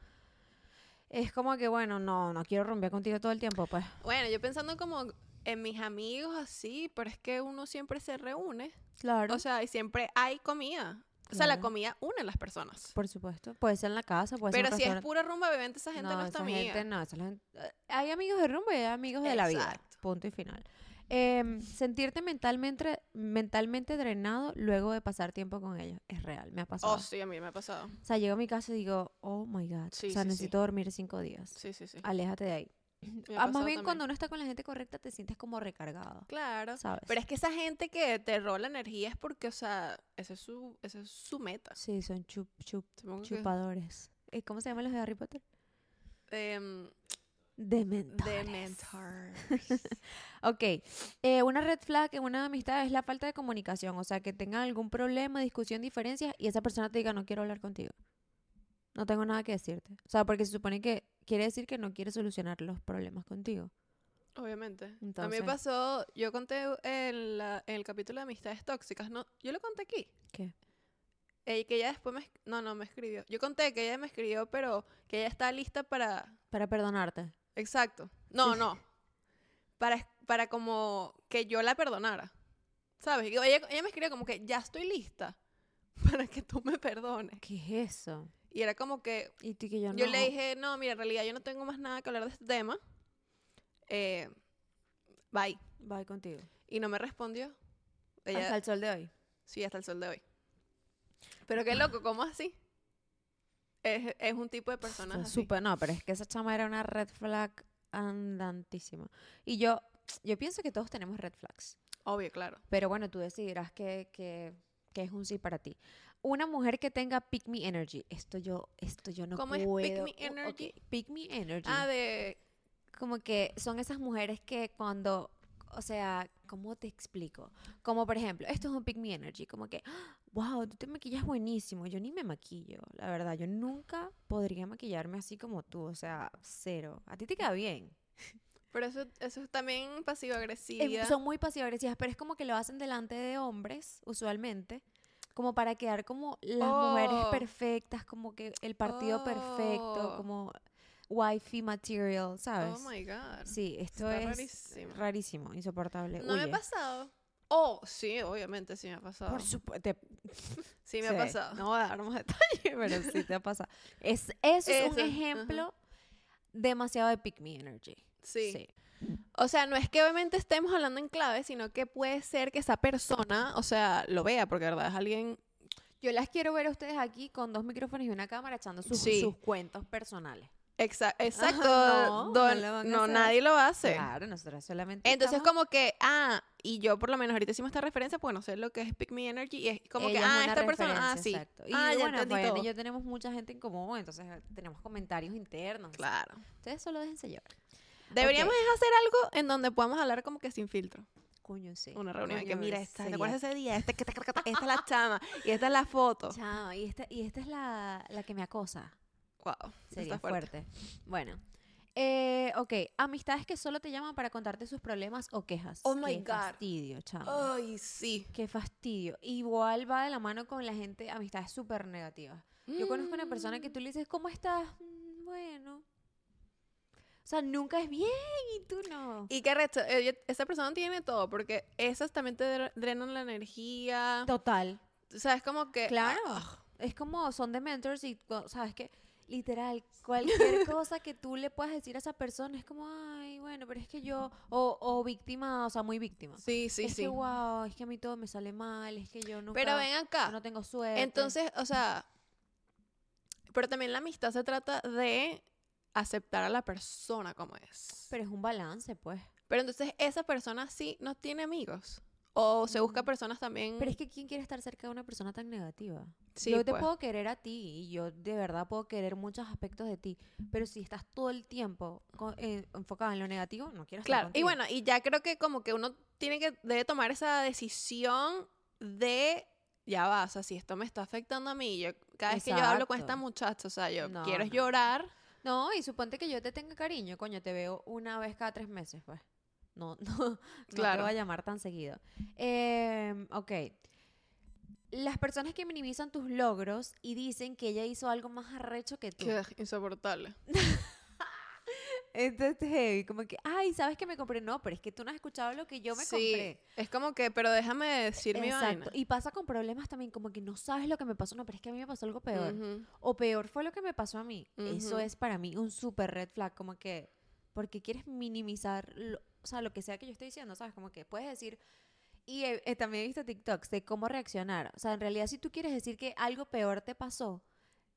Speaker 1: es como que, bueno, no, no quiero rumbear contigo todo el tiempo, pues.
Speaker 2: Bueno, yo pensando como en mis amigos así, pero es que uno siempre se reúne.
Speaker 1: Claro.
Speaker 2: O sea, y siempre hay comida. O sea,
Speaker 1: Claro.
Speaker 2: la comida une a las personas.
Speaker 1: por supuesto. Puede ser en la casa, puede
Speaker 2: Pero
Speaker 1: ser
Speaker 2: si
Speaker 1: en
Speaker 2: es pura rumba, obviamente esa gente no,
Speaker 1: esa
Speaker 2: está mía.
Speaker 1: gente no, esa gente- eh, Hay amigos de rumba y hay amigos de la vida.
Speaker 2: Exacto.
Speaker 1: Punto y final. Em, sentirte mentalmente, mentalmente drenado luego de pasar tiempo con ellos. Es real, me ha pasado.
Speaker 2: Oh, sí, a mí me ha pasado.
Speaker 1: O sea, llego a mi casa y digo, oh my God.
Speaker 2: Sí,
Speaker 1: o sea,
Speaker 2: sí, sí.
Speaker 1: necesito dormir cinco días.
Speaker 2: Sí, sí, sí.
Speaker 1: Aléjate de ahí.
Speaker 2: Me ha
Speaker 1: Ah,
Speaker 2: pasado
Speaker 1: más bien
Speaker 2: también.
Speaker 1: cuando uno está con la gente correcta te sientes como recargado.
Speaker 2: Claro.
Speaker 1: ¿Sabes?
Speaker 2: Pero es que esa gente que te rola energía es porque, o sea, esa es su, esa es su meta.
Speaker 1: Sí, son chup, chup,
Speaker 2: Supongo que-
Speaker 1: chupadores. Eh, ¿Cómo se llaman los de Harry Potter?
Speaker 2: Em,
Speaker 1: Dementores.
Speaker 2: Dementors.
Speaker 1: Ok, eh, una red flag en una amistad es la falta de comunicación, o sea, que tengan algún problema, discusión, diferencias y esa persona te diga, no quiero hablar contigo. No tengo nada que decirte. O sea, porque se supone que quiere decir que no quiere solucionar los problemas contigo.
Speaker 2: Obviamente. A mí
Speaker 1: Entonces-
Speaker 2: me pasó, yo conté en, la- en el capítulo de amistades tóxicas, ¿no? Yo lo conté aquí.
Speaker 1: ¿Qué?
Speaker 2: Y que ella después me... es- No, no, me escribió. Yo conté que ella me escribió, pero que ella está lista para...
Speaker 1: Para perdonarte.
Speaker 2: Exacto. No, no. Para, es- para como que yo la perdonara. ¿Sabes? Y Ella, ella me escribió como que ya estoy lista para que tú me perdones.
Speaker 1: ¿Qué es eso?
Speaker 2: Y era como que
Speaker 1: Y tú que yo no.
Speaker 2: yo le dije, no, mira, en realidad yo no tengo más nada que hablar de este tema. Eh, bye.
Speaker 1: Bye contigo.
Speaker 2: Y no me respondió. Ella,
Speaker 1: Hasta el sol de hoy.
Speaker 2: Sí, hasta el sol de hoy. Pero qué loco, ¿cómo así? Es, es un tipo de personas
Speaker 1: Fue
Speaker 2: así.
Speaker 1: Súper, no, pero es que esa chama era una red flag andantísima. Y yo, yo pienso que todos tenemos red flags.
Speaker 2: Obvio, claro.
Speaker 1: Pero bueno, tú decidirás que, que, que es un sí para ti. Una mujer que tenga pick me energy. Esto yo, esto yo no
Speaker 2: ¿Cómo es pick
Speaker 1: puedo.
Speaker 2: me
Speaker 1: Uh, ok,
Speaker 2: energy?
Speaker 1: Pick me energy.
Speaker 2: Ah, de...
Speaker 1: Como que son esas mujeres que cuando, o sea, ¿cómo te explico? Como por ejemplo, esto es un pick me energy. Como que, ¡ah! wow, tú te maquillas buenísimo. Yo ni me maquillo, la verdad. Yo nunca podría maquillarme así como tú. O sea, cero. A ti te queda bien.
Speaker 2: Pero eso, eso es también
Speaker 1: es-
Speaker 2: pasivo-agresividad.
Speaker 1: son muy pasivo-agresivas, pero es como que lo hacen delante de hombres, usualmente, como para quedar como las mujeres
Speaker 2: Oh.
Speaker 1: perfectas, como que el partido perfecto,
Speaker 2: Oh.
Speaker 1: como wifey material, ¿sabes?
Speaker 2: Oh my God.
Speaker 1: sí, esto
Speaker 2: está
Speaker 1: es
Speaker 2: rarísimo.
Speaker 1: rarísimo, insoportable.
Speaker 2: No me ha
Speaker 1: huye.
Speaker 2: pasado. Oh, sí, obviamente sí me ha pasado.
Speaker 1: Por supuesto, te-
Speaker 2: Sí me ha
Speaker 1: sí.
Speaker 2: pasado. No voy a dar más detalles.
Speaker 1: pero sí te ha pasado. Es, eso es
Speaker 2: Eso,
Speaker 1: un
Speaker 2: ajá.
Speaker 1: ejemplo demasiado de pick me energy.
Speaker 2: Sí. O sea, no es que obviamente estemos hablando en clave, sino que puede ser que esa persona, o sea, lo vea, porque verdad es alguien...
Speaker 1: Yo las quiero ver a ustedes aquí con dos micrófonos y una cámara echando sus,
Speaker 2: Sí.
Speaker 1: sus cuentos personales.
Speaker 2: Exa- exacto.
Speaker 1: no, no
Speaker 2: don-
Speaker 1: lo van a
Speaker 2: no,
Speaker 1: hacer.
Speaker 2: nadie lo hace.
Speaker 1: Claro, nosotras solamente.
Speaker 2: Entonces
Speaker 1: estamos-
Speaker 2: como que, ah, y yo por lo menos ahorita hicimos esta referencia, pues no sé lo que es Pick Me Energy, y es como
Speaker 1: Ella
Speaker 2: que,
Speaker 1: es
Speaker 2: ah,
Speaker 1: una
Speaker 2: esta persona, ah,
Speaker 1: referencia,
Speaker 2: sí.
Speaker 1: exacto. Y
Speaker 2: ah, ya
Speaker 1: bueno,
Speaker 2: entendí
Speaker 1: Fabián
Speaker 2: todo.
Speaker 1: y yo tenemos mucha gente en común, entonces eh, tenemos comentarios internos.
Speaker 2: Claro.
Speaker 1: Ustedes solo déjense llevar.
Speaker 2: Deberíamos es hacer algo en donde podamos hablar como que sin filtro.
Speaker 1: Coño, sí.
Speaker 2: Una reunión
Speaker 1: Coño,
Speaker 2: que mira,
Speaker 1: es-
Speaker 2: esta, ¿te
Speaker 1: sería-
Speaker 2: acuerdas ese día? Este, que- esta es la chama y esta es la foto.
Speaker 1: Chama, y esta, y esta es la, la que me acosa.
Speaker 2: Wow,
Speaker 1: Sería fuerte. Bueno. Eh, ok, amistades que solo te llaman para contarte sus problemas o quejas.
Speaker 2: Oh my
Speaker 1: Qué
Speaker 2: God. Oh.
Speaker 1: fastidio, chama.
Speaker 2: Ay, sí.
Speaker 1: Qué fastidio. Igual va de la mano con la gente, amistades súper negativas. Yo conozco una persona que tú le dices, ¿cómo estás? "Mm, Bueno. O sea, nunca es bien y tú no.
Speaker 2: Y qué resto, eh, esa persona tiene todo, porque esas también te dre- drenan la energía.
Speaker 1: Total.
Speaker 2: O sea, es como que...
Speaker 1: Claro.
Speaker 2: ah,
Speaker 1: Eh, Es como son de mentors y cu- sabes que literal cualquier cosa que tú le puedas decir a esa persona es como, ay, bueno, pero es que yo o, o víctima, o sea, muy víctima.
Speaker 2: Sí, sí,
Speaker 1: es
Speaker 2: sí.
Speaker 1: que wow, es que a mí todo me sale mal, es que yo nunca
Speaker 2: Pero ven
Speaker 1: yo
Speaker 2: acá.
Speaker 1: no tengo suerte.
Speaker 2: Entonces, o sea, pero también la amistad se trata de aceptar a la persona como es.
Speaker 1: pero
Speaker 2: Pero,
Speaker 1: es un balance, pues.
Speaker 2: entonces esa persona sí no tiene amigos. O se busca
Speaker 1: Mm.
Speaker 2: personas también...
Speaker 1: Pero es que quién quiere estar cerca de una persona tan negativa?
Speaker 2: sí,
Speaker 1: yo te
Speaker 2: pues.
Speaker 1: puedo querer a ti y yo de verdad puedo querer muchos aspectos de ti, pero si estás todo el tiempo co- eh, enfocada en lo negativo, no quiero estar
Speaker 2: Claro, y
Speaker 1: contigo.
Speaker 2: bueno, y ya creo que como que uno tiene que, debe tomar esa decisión de, ya va, o sea, si esto me está afectando a mí, yo, cada vez que yo hablo con esta
Speaker 1: Exacto.
Speaker 2: muchacha, o sea, yo
Speaker 1: No,
Speaker 2: quiero es
Speaker 1: no.
Speaker 2: llorar,
Speaker 1: No, y suponte que yo te tenga cariño, coño, te veo una vez cada tres meses, pues. No, no, no te
Speaker 2: Claro.
Speaker 1: voy a llamar tan seguido. Em, ok. Las personas que minimizan tus logros y dicen que ella hizo algo más arrecho que tú.
Speaker 2: que es insoportable.
Speaker 1: Entonces, heavy, como que, ay, ¿sabes que me compré? No, pero es que tú no has escuchado lo que yo me
Speaker 2: Sí,
Speaker 1: compré.
Speaker 2: Es como que, pero déjame decir mi vaina.
Speaker 1: Y pasa con problemas también, como que no sabes lo que me pasó, no, pero es que a mí me pasó algo peor.
Speaker 2: Ujú.
Speaker 1: O peor fue lo que me pasó a mí. Eso
Speaker 2: Ujú.
Speaker 1: es para mí un super red flag, como que, porque quieres minimizar, lo, o sea, lo que sea que yo estoy diciendo, ¿sabes? Como que puedes decir, y eh, eh, también he visto TikToks de cómo reaccionar. O sea, en realidad si tú quieres decir que algo peor te pasó,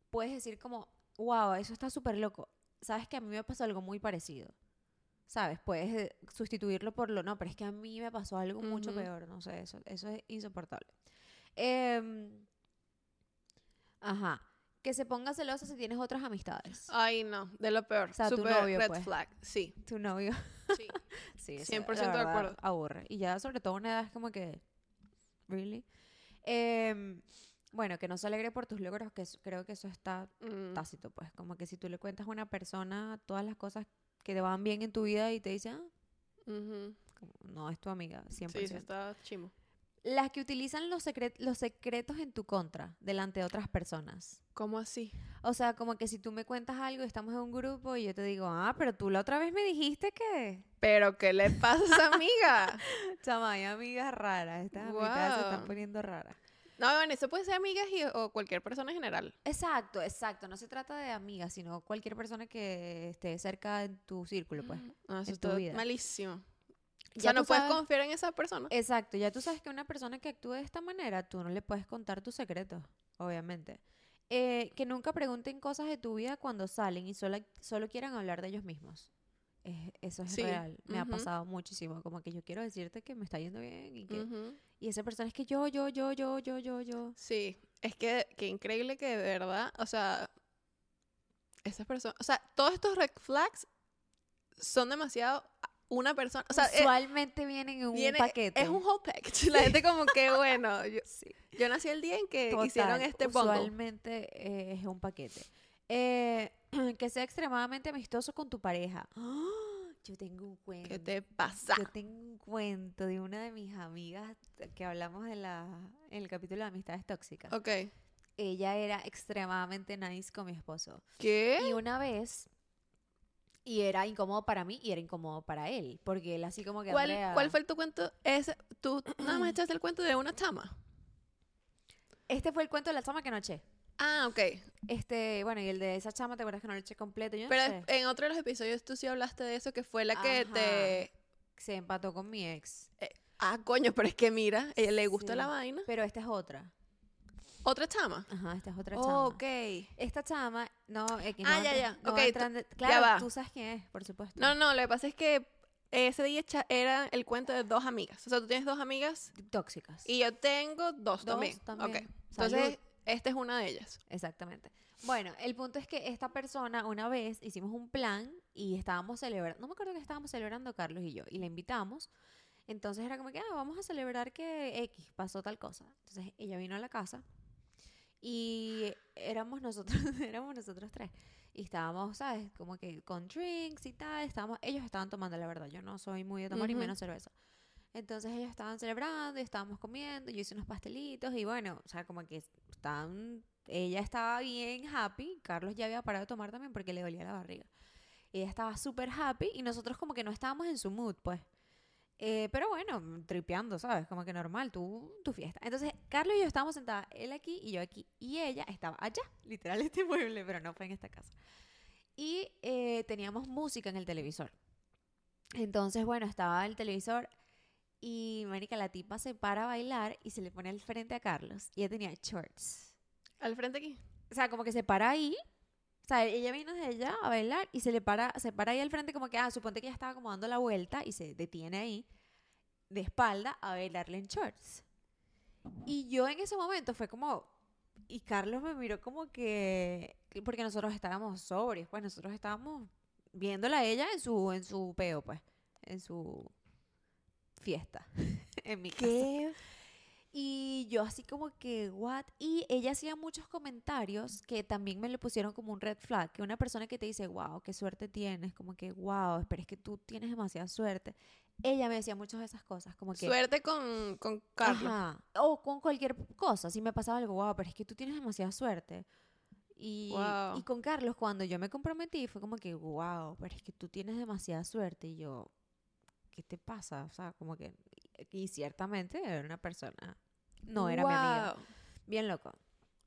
Speaker 1: puedes decir como, wow, eso está súper loco. Sabes que a mí me pasó algo muy parecido. ¿Sabes? Puedes eh, sustituirlo por lo, no, pero es que a mí me pasó algo mucho
Speaker 2: Ujú.
Speaker 1: peor, no sé, eso, eso es insoportable. Em, ajá, que se ponga celoso si tienes otras amistades.
Speaker 2: Ay, no, de lo peor.
Speaker 1: O sea, tu
Speaker 2: Super
Speaker 1: novio,
Speaker 2: red
Speaker 1: pues.
Speaker 2: flag. Sí,
Speaker 1: Tu novio.
Speaker 2: sí.
Speaker 1: Sí, eso,
Speaker 2: 100% de
Speaker 1: la verdad,
Speaker 2: acuerdo.
Speaker 1: Aburre. Y ya sobre todo una edad es como que... ¿Really? Em, bueno, que no se alegre por tus logros, que eso- creo que eso está
Speaker 2: Mm,
Speaker 1: tácito, pues. Como que si tú le cuentas a una persona todas las cosas que te van bien en tu vida y te dice, "Ah,
Speaker 2: ujú.
Speaker 1: como, no es tu amiga, 100%.
Speaker 2: Sí, sí, está chimo.
Speaker 1: Las que utilizan los, secre- los secretos en tu contra, delante de otras personas.
Speaker 2: ¿Cómo así?
Speaker 1: O sea, como que si tú me cuentas algo y estamos en un grupo y yo te digo, ah, pero tú la otra vez me dijiste que...
Speaker 2: ¿Pero qué le pasa, amiga?
Speaker 1: Chama, hay amigas raras, estas amigas se están
Speaker 2: Guau.
Speaker 1: poniendo raras.
Speaker 2: No, bueno, eso puede ser amigas y- o cualquier persona en general.
Speaker 1: Exacto, exacto. No se trata de amigas, sino cualquier persona que esté cerca en tu círculo, pues.
Speaker 2: No, Ah, eso
Speaker 1: En tu
Speaker 2: está
Speaker 1: vida.
Speaker 2: malísimo. O
Speaker 1: Ya
Speaker 2: sea,
Speaker 1: tú
Speaker 2: Mm, no puedes
Speaker 1: sabes-
Speaker 2: confiar en esa persona.
Speaker 1: Exacto, ya tú sabes que una persona que actúe de esta manera, tú no le puedes contar tus secretos, obviamente. Eh, que nunca pregunten cosas de tu vida cuando salen y solo, solo quieran hablar de ellos mismos. Es- eso es
Speaker 2: Sí,
Speaker 1: real, me ha
Speaker 2: ujú.
Speaker 1: pasado muchísimo. Como que yo quiero decirte que me está yendo bien y que...
Speaker 2: Ujú.
Speaker 1: Y esa persona es que yo, yo, yo, yo, yo, yo, yo.
Speaker 2: Sí, es que, que increíble que de verdad, o sea, esas personas, o sea, todos estos red flags son demasiado a- una persona, o sea, es,
Speaker 1: Usualmente vienen en un
Speaker 2: viene-
Speaker 1: paquete.
Speaker 2: es un whole package. La gente como que, bueno, yo,
Speaker 1: Sí.
Speaker 2: yo nací el día en que
Speaker 1: Total,
Speaker 2: hicieron este bundle.
Speaker 1: Usualmente eh, es un paquete. Eh, que sea extremadamente amistoso con tu pareja. ¡Ah! Yo tengo un cuento.
Speaker 2: ¿Qué te pasa?
Speaker 1: Yo tengo un cuento de una de mis amigas que hablamos en, la, en el capítulo de amistades tóxicas.
Speaker 2: Ok.
Speaker 1: Ella era extremadamente nice con mi esposo.
Speaker 2: ¿Qué?
Speaker 1: Y una vez, y era incómodo para mí y era incómodo para él, porque él así como que...
Speaker 2: ¿Cuál,
Speaker 1: Andrea,
Speaker 2: ¿Cuál fue tu cuento? Ese, tú nada más echaste el cuento de una chama.
Speaker 1: Este fue el cuento de la chama que no eché.
Speaker 2: Ah, ok.
Speaker 1: Este, bueno, y el de esa chama, ¿te acuerdas que no lo eché completo? Yo no
Speaker 2: Pero
Speaker 1: sé.
Speaker 2: es- en otro de los episodios tú sí hablaste de eso, que fue la que
Speaker 1: Ajá.
Speaker 2: te...
Speaker 1: se empató con mi ex.
Speaker 2: Ah, coño, pero es que mira, ella le gusta
Speaker 1: Sí.
Speaker 2: la vaina.
Speaker 1: Pero esta es otra.
Speaker 2: ¿Otra chama?
Speaker 1: Ajá, esta es otra chama.
Speaker 2: Oh, ok.
Speaker 1: Esta chama, no, eh, que no
Speaker 2: Ah, ya,
Speaker 1: entra-
Speaker 2: ya.
Speaker 1: no
Speaker 2: Ok,
Speaker 1: entra
Speaker 2: tú-
Speaker 1: en de-
Speaker 2: va.
Speaker 1: claro, tú sabes quién es, por supuesto.
Speaker 2: No, no, lo que pasa es que ese día cha- era el cuento de dos amigas. O sea, tú tienes dos amigas
Speaker 1: Tóxicas.
Speaker 2: y yo tengo
Speaker 1: Dos
Speaker 2: dos, también.
Speaker 1: también.
Speaker 2: Ok.
Speaker 1: Salud.
Speaker 2: Entonces, esta es una de ellas.
Speaker 1: Exactamente. Bueno, el punto es que esta persona, una vez hicimos un plan y estábamos celebrando, no me acuerdo que estábamos celebrando Carlos y yo, y la invitamos. Entonces era como que, ah, vamos a celebrar que X pasó tal cosa. Entonces ella vino a la casa y éramos nosotros, éramos nosotros tres. Y estábamos, ¿sabes? Como que con drinks y tal, estábamos, ellos estaban tomando, la verdad, yo no soy muy de tomar y
Speaker 2: Ujú.
Speaker 1: menos cerveza. Entonces ellos estaban celebrando y estábamos comiendo, yo hice unos pastelitos y bueno, o sea, como que estaban, ella estaba bien happy, Carlos ya había parado de tomar también porque le dolía la barriga. Ella estaba súper happy y nosotros como que no estábamos en su mood, pues. Eh, pero bueno, mm, tripeando, ¿sabes? Como que normal, tú, tu fiesta. Entonces, Carlos y yo estábamos sentadas, él aquí y yo aquí, y ella estaba allá, literal este mueble, pero no fue en esta casa. Y eh, teníamos música en el televisor. Entonces, bueno, estaba el televisor y, marica, la tipa se para a bailar y se le pone al frente a Carlos. Y ella tenía shorts.
Speaker 2: Al frente aquí.
Speaker 1: O sea, como que se para ahí. O sea, ella vino desde allá a bailar y se le para, se para ahí al frente como que, ah, suponte que ella estaba como dando la vuelta y se detiene ahí de espalda a bailarle en shorts. Y yo en ese momento fue como, y Carlos me miró como que, porque nosotros estábamos sobrios, pues nosotros estábamos viéndola a ella en su, en su peo, pues, en su fiesta, en mi casa. Y yo así como que, what? Y ella hacía muchos comentarios que también me le pusieron como un red flag, que una persona que te dice, wow, qué suerte tienes, como que, wow, pero es que tú tienes demasiada suerte. Ella me decía muchas de esas cosas, como que...
Speaker 2: Suerte con, con Carlos.
Speaker 1: Ajá. O con cualquier cosa. Si me pasaba algo, wow, pero es que tú tienes demasiada suerte. Y,
Speaker 2: Guau.
Speaker 1: y con Carlos, cuando yo me comprometí, fue como que, wow, pero es que tú tienes demasiada suerte. Y yo, ¿qué te pasa? O sea, como que. Y ciertamente era una persona. No era mi amiga.
Speaker 2: Guau.
Speaker 1: Bien loco.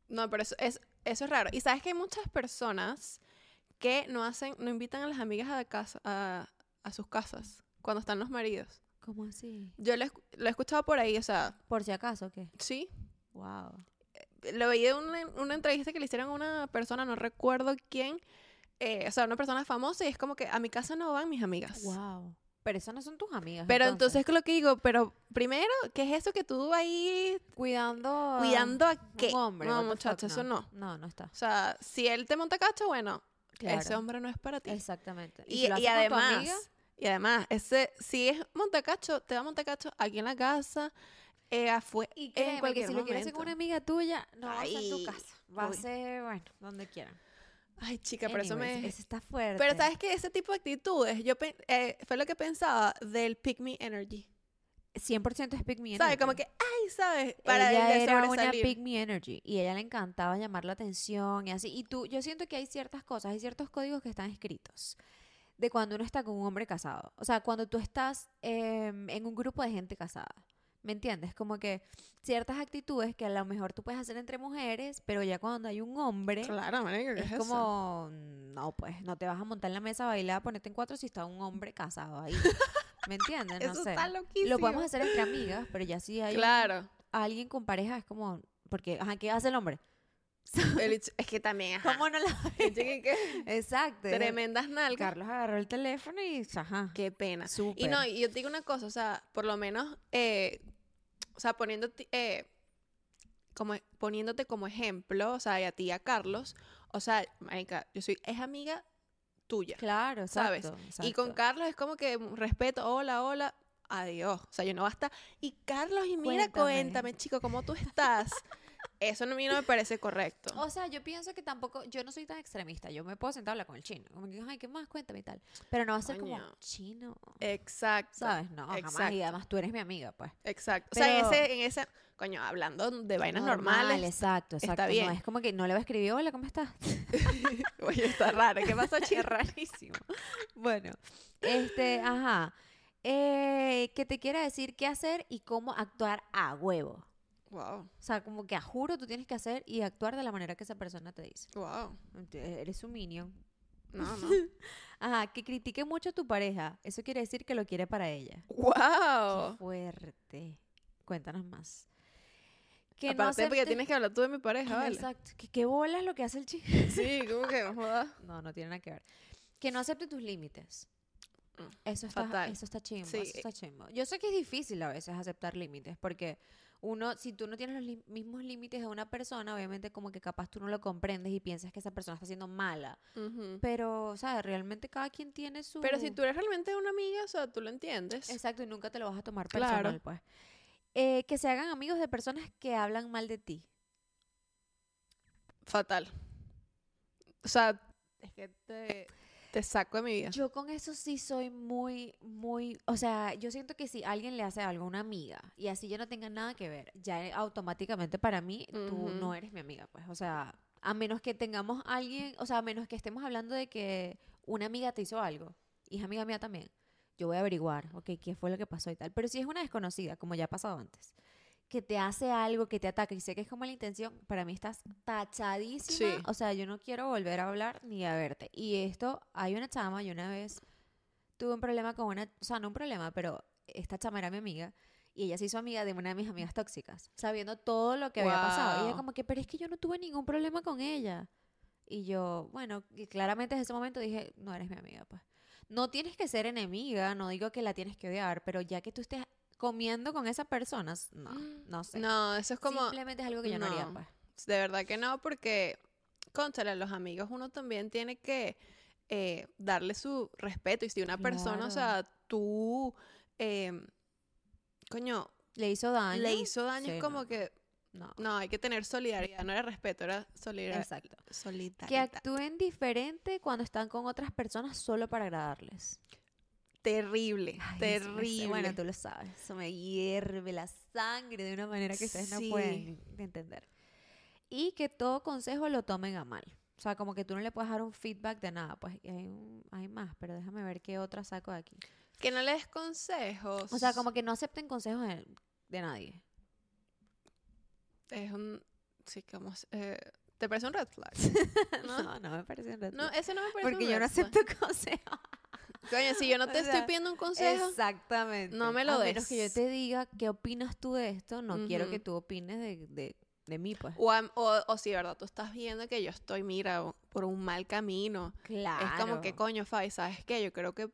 Speaker 2: No, pero eso es, eso es raro. Y sabes que hay muchas personas que no hacen, no invitan a las amigas a, la casa, a, a sus casas cuando están los maridos.
Speaker 1: ¿Cómo así?
Speaker 2: Yo lo, he escu- lo he escuchado por ahí, o sea,
Speaker 1: Por si acaso, ¿qué?
Speaker 2: sí.
Speaker 1: Wow.
Speaker 2: Lo veía en una, una entrevista que le hicieron a una persona, no recuerdo quién, eh, o sea, una persona famosa, y es como que a mi casa no van mis amigas.
Speaker 1: Wow. Pero esas no son tus amigas.
Speaker 2: Pero entonces, lo que digo, pero primero, ¿qué es eso que tú ahí
Speaker 1: cuidando, a
Speaker 2: cuidando a qué?
Speaker 1: Ah, un hombre.
Speaker 2: no,
Speaker 1: what the fuck,
Speaker 2: muchacho, eso no.
Speaker 1: No, no está.
Speaker 2: O sea, si él te monta cacho, bueno,
Speaker 1: Claro.
Speaker 2: ese hombre no es para ti.
Speaker 1: Exactamente.
Speaker 2: Y,
Speaker 1: si lo
Speaker 2: y
Speaker 1: haces con tu
Speaker 2: además,
Speaker 1: amiga,
Speaker 2: y además, ese, si es montacacho, te va a montacacho aquí en la casa, eh, afuera,
Speaker 1: y créeme
Speaker 2: en
Speaker 1: que
Speaker 2: cualquier
Speaker 1: si lo quieres hacer con una
Speaker 2: momento.
Speaker 1: amiga tuya, no va a ser en tu
Speaker 2: Ay,
Speaker 1: casa. Va
Speaker 2: uy.
Speaker 1: a ser, bueno, donde quieran.
Speaker 2: Ay, chica, por eso
Speaker 1: Anyways,
Speaker 2: me...
Speaker 1: Eso está fuerte.
Speaker 2: Pero sabes que ese tipo de actitudes, yo pe- eh, fue lo que pensaba del pick me energy.
Speaker 1: 100% es pick me energy.
Speaker 2: ¿Sabes? Como que, ay, ¿sabes? Para
Speaker 1: ella
Speaker 2: el de
Speaker 1: era una
Speaker 2: sobresalir.
Speaker 1: pick me energy y a ella le encantaba llamar la atención y así. Y tú, yo siento que hay ciertas cosas, hay ciertos códigos que están escritos de cuando uno está con un hombre casado. O sea, cuando tú estás em, en un grupo de gente casada. ¿Me entiendes? Como que ciertas actitudes que a lo mejor tú puedes hacer entre mujeres, pero ya cuando hay un hombre,
Speaker 2: Claro, marica, ¿qué
Speaker 1: es
Speaker 2: es eso?
Speaker 1: como, no, pues, no te vas a montar en la mesa a bailar, ponerte en cuatro si está un hombre casado ahí. ¿Me entiendes? No
Speaker 2: Eso
Speaker 1: sé.
Speaker 2: está loquísimo.
Speaker 1: Lo podemos hacer entre amigas, pero ya sí hay un-
Speaker 2: Claro.
Speaker 1: alguien con pareja es como, porque, ajá, ¿qué hace el hombre?
Speaker 2: El hecho- es que también, ajá.
Speaker 1: ¿Cómo no la
Speaker 2: El chiqui que-
Speaker 1: Exacto. es-
Speaker 2: Tremendas nalgas.
Speaker 1: Carlos agarró el teléfono y, ajá.
Speaker 2: Qué pena.
Speaker 1: Súper.
Speaker 2: Y no, y yo te digo una cosa, o sea, por lo menos, eh, o sea, poniéndote, eh, como, e- poniéndote como ejemplo, o sea, y a ti, y a Carlos, o sea, marica, yo soy, es amiga tuya.
Speaker 1: Claro,
Speaker 2: ¿sabes?
Speaker 1: exacto,
Speaker 2: Y con
Speaker 1: exacto.
Speaker 2: Carlos es como que mm, respeto, hola, hola, adiós. O sea, yo no basta. Y Carlos, y mira,
Speaker 1: Cuéntame.
Speaker 2: cuéntame, chico, ¿cómo tú estás? Eso no- a mí no me parece correcto.
Speaker 1: O sea, yo pienso que tampoco, yo no soy tan extremista, yo me puedo sentar a hablar con el chino, como que, ay, ¿qué más? Cuéntame y tal. Pero no va a ser como
Speaker 2: Coño.
Speaker 1: chino,
Speaker 2: Exacto.
Speaker 1: ¿sabes? No, jamás. Y
Speaker 2: exacto.
Speaker 1: además tú eres mi amiga, pues.
Speaker 2: Exacto. O sea, en
Speaker 1: Pero-
Speaker 2: ese, en ese, coño, hablando de vainas
Speaker 1: Normal,
Speaker 2: normales.
Speaker 1: Exacto,
Speaker 2: está
Speaker 1: exacto.
Speaker 2: bien.
Speaker 1: No, es como que no le va a escribir, hola, ¿cómo estás?
Speaker 2: Oye, está raro. ¿Qué pasó,
Speaker 1: Es
Speaker 2: chico?
Speaker 1: rarísimo. Bueno, este, ajá. Eh, que te quiera decir qué hacer y cómo actuar a huevo.
Speaker 2: Wow,
Speaker 1: O sea, como que a juro tú tienes que hacer y actuar de la manera que esa persona te dice.
Speaker 2: wow.
Speaker 1: Ent- eh, Eres un minion.
Speaker 2: No, no.
Speaker 1: Ajá, que critique mucho a tu pareja. Eso quiere decir que lo quiere para ella. Qué
Speaker 2: wow.
Speaker 1: fuerte. Cuéntanos más. Que no
Speaker 2: Aparte, porque
Speaker 1: aceptes-
Speaker 2: tienes que hablar tú de mi pareja,
Speaker 1: Ajá,
Speaker 2: ¿vale?
Speaker 1: Exacto. Que, que bolas lo que hace el chico.
Speaker 2: Sí, como que no jodas.
Speaker 1: No, no tiene nada que ver. Que no acepte tus límites.
Speaker 2: Mm,
Speaker 1: Eso está,
Speaker 2: fatal.
Speaker 1: eso está chimbo,
Speaker 2: Sí. eh,
Speaker 1: eso está chimbo. Yo sé que es difícil a veces aceptar límites porque uno, si tú no tienes los lim- mismos límites de una persona, obviamente como que capaz tú no lo comprendes y piensas que esa persona está siendo mala.
Speaker 2: Ujú.
Speaker 1: Pero, o sea, realmente cada quien tiene su...
Speaker 2: Pero si tú eres realmente una amiga, o sea, tú lo entiendes.
Speaker 1: Exacto, y nunca te lo vas a tomar
Speaker 2: Claro.
Speaker 1: personal, pues. Eh, que se hagan amigos de personas que hablan mal de ti.
Speaker 2: Fatal. O sea, es que te, te saco de mi vida.
Speaker 1: Yo con eso sí soy muy, muy, o sea, yo siento que si alguien le hace algo a una amiga y así yo no tenga nada que ver, ya eh, automáticamente para mí tú no
Speaker 2: Ujú.
Speaker 1: eres mi amiga, pues, o sea, a menos que tengamos alguien, o sea, a menos que estemos hablando de que una amiga te hizo algo y es amiga mía también, yo voy a averiguar, ok, qué fue lo que pasó y tal, pero si es una desconocida, como ya ha pasado antes, que te hace algo, que te ataca y sé que es como la intención, para mí estás tachadísima.
Speaker 2: Sí.
Speaker 1: O sea, yo no quiero volver a hablar ni a verte. Y esto, hay una chama, yo una vez tuve un problema con una, o sea, no un problema, pero esta chama era mi amiga. Y ella se hizo amiga de una de mis amigas tóxicas, sabiendo todo lo que había pasado. Y ella
Speaker 2: Guau.
Speaker 1: como que, pero es que yo no tuve ningún problema con ella. Y yo, bueno, y claramente desde ese momento dije, no eres mi amiga, pues. No tienes que ser enemiga, no digo que la tienes que odiar, pero ya que tú estés comiendo con esas personas, no, no sé.
Speaker 2: No, eso es como, de
Speaker 1: Simplemente es algo que yo no, haría,
Speaker 2: no.
Speaker 1: pues.
Speaker 2: verdad que no, porque, conchale, a los amigos uno también tiene que eh, darle su respeto. Y si una persona, o
Speaker 1: Claro.
Speaker 2: sea, tú, eh, coño,
Speaker 1: Le hizo daño.
Speaker 2: le hizo daño,
Speaker 1: Sí,
Speaker 2: es como
Speaker 1: no,
Speaker 2: que,
Speaker 1: No,
Speaker 2: no, hay que tener solidaridad, no era respeto, era solidaridad.
Speaker 1: exacto. Que
Speaker 2: Solidaridad.
Speaker 1: actúen diferente cuando están con otras personas solo para agradarles.
Speaker 2: Terrible,
Speaker 1: Ay, eso me-
Speaker 2: terrible.
Speaker 1: Bueno, tú lo sabes. Eso me hierve la sangre de una manera que ustedes no pueden entender. Y que todo consejo lo tomen a mal. O sea, como que tú no le puedes dar un feedback de nada. Pues y hay, un- hay más, pero déjame ver qué otra saco de aquí.
Speaker 2: que no le des consejos.
Speaker 1: O sea, como que no acepten consejos de, de nadie.
Speaker 2: Es un. Sí, como. es- eh, ¿Te parece un red flag?
Speaker 1: No,
Speaker 2: No.
Speaker 1: no, me parece un red
Speaker 2: No,
Speaker 1: flag.
Speaker 2: eso no me parece
Speaker 1: Porque
Speaker 2: un
Speaker 1: yo no
Speaker 2: red flag.
Speaker 1: acepto consejos.
Speaker 2: Coño, si yo no
Speaker 1: O
Speaker 2: te
Speaker 1: sea,
Speaker 2: estoy pidiendo un consejo.
Speaker 1: Exactamente.
Speaker 2: No me lo
Speaker 1: a menos que yo
Speaker 2: des.
Speaker 1: te diga qué opinas tú de esto, no quiero que
Speaker 2: Ujú.
Speaker 1: tú opines de, de, de mí, pues.
Speaker 2: O, am- o, o si, ¿verdad? Tú estás viendo que yo estoy, mira, o- por un mal camino.
Speaker 1: Claro.
Speaker 2: Es como que, coño, Fai, ¿sabes qué? Yo creo que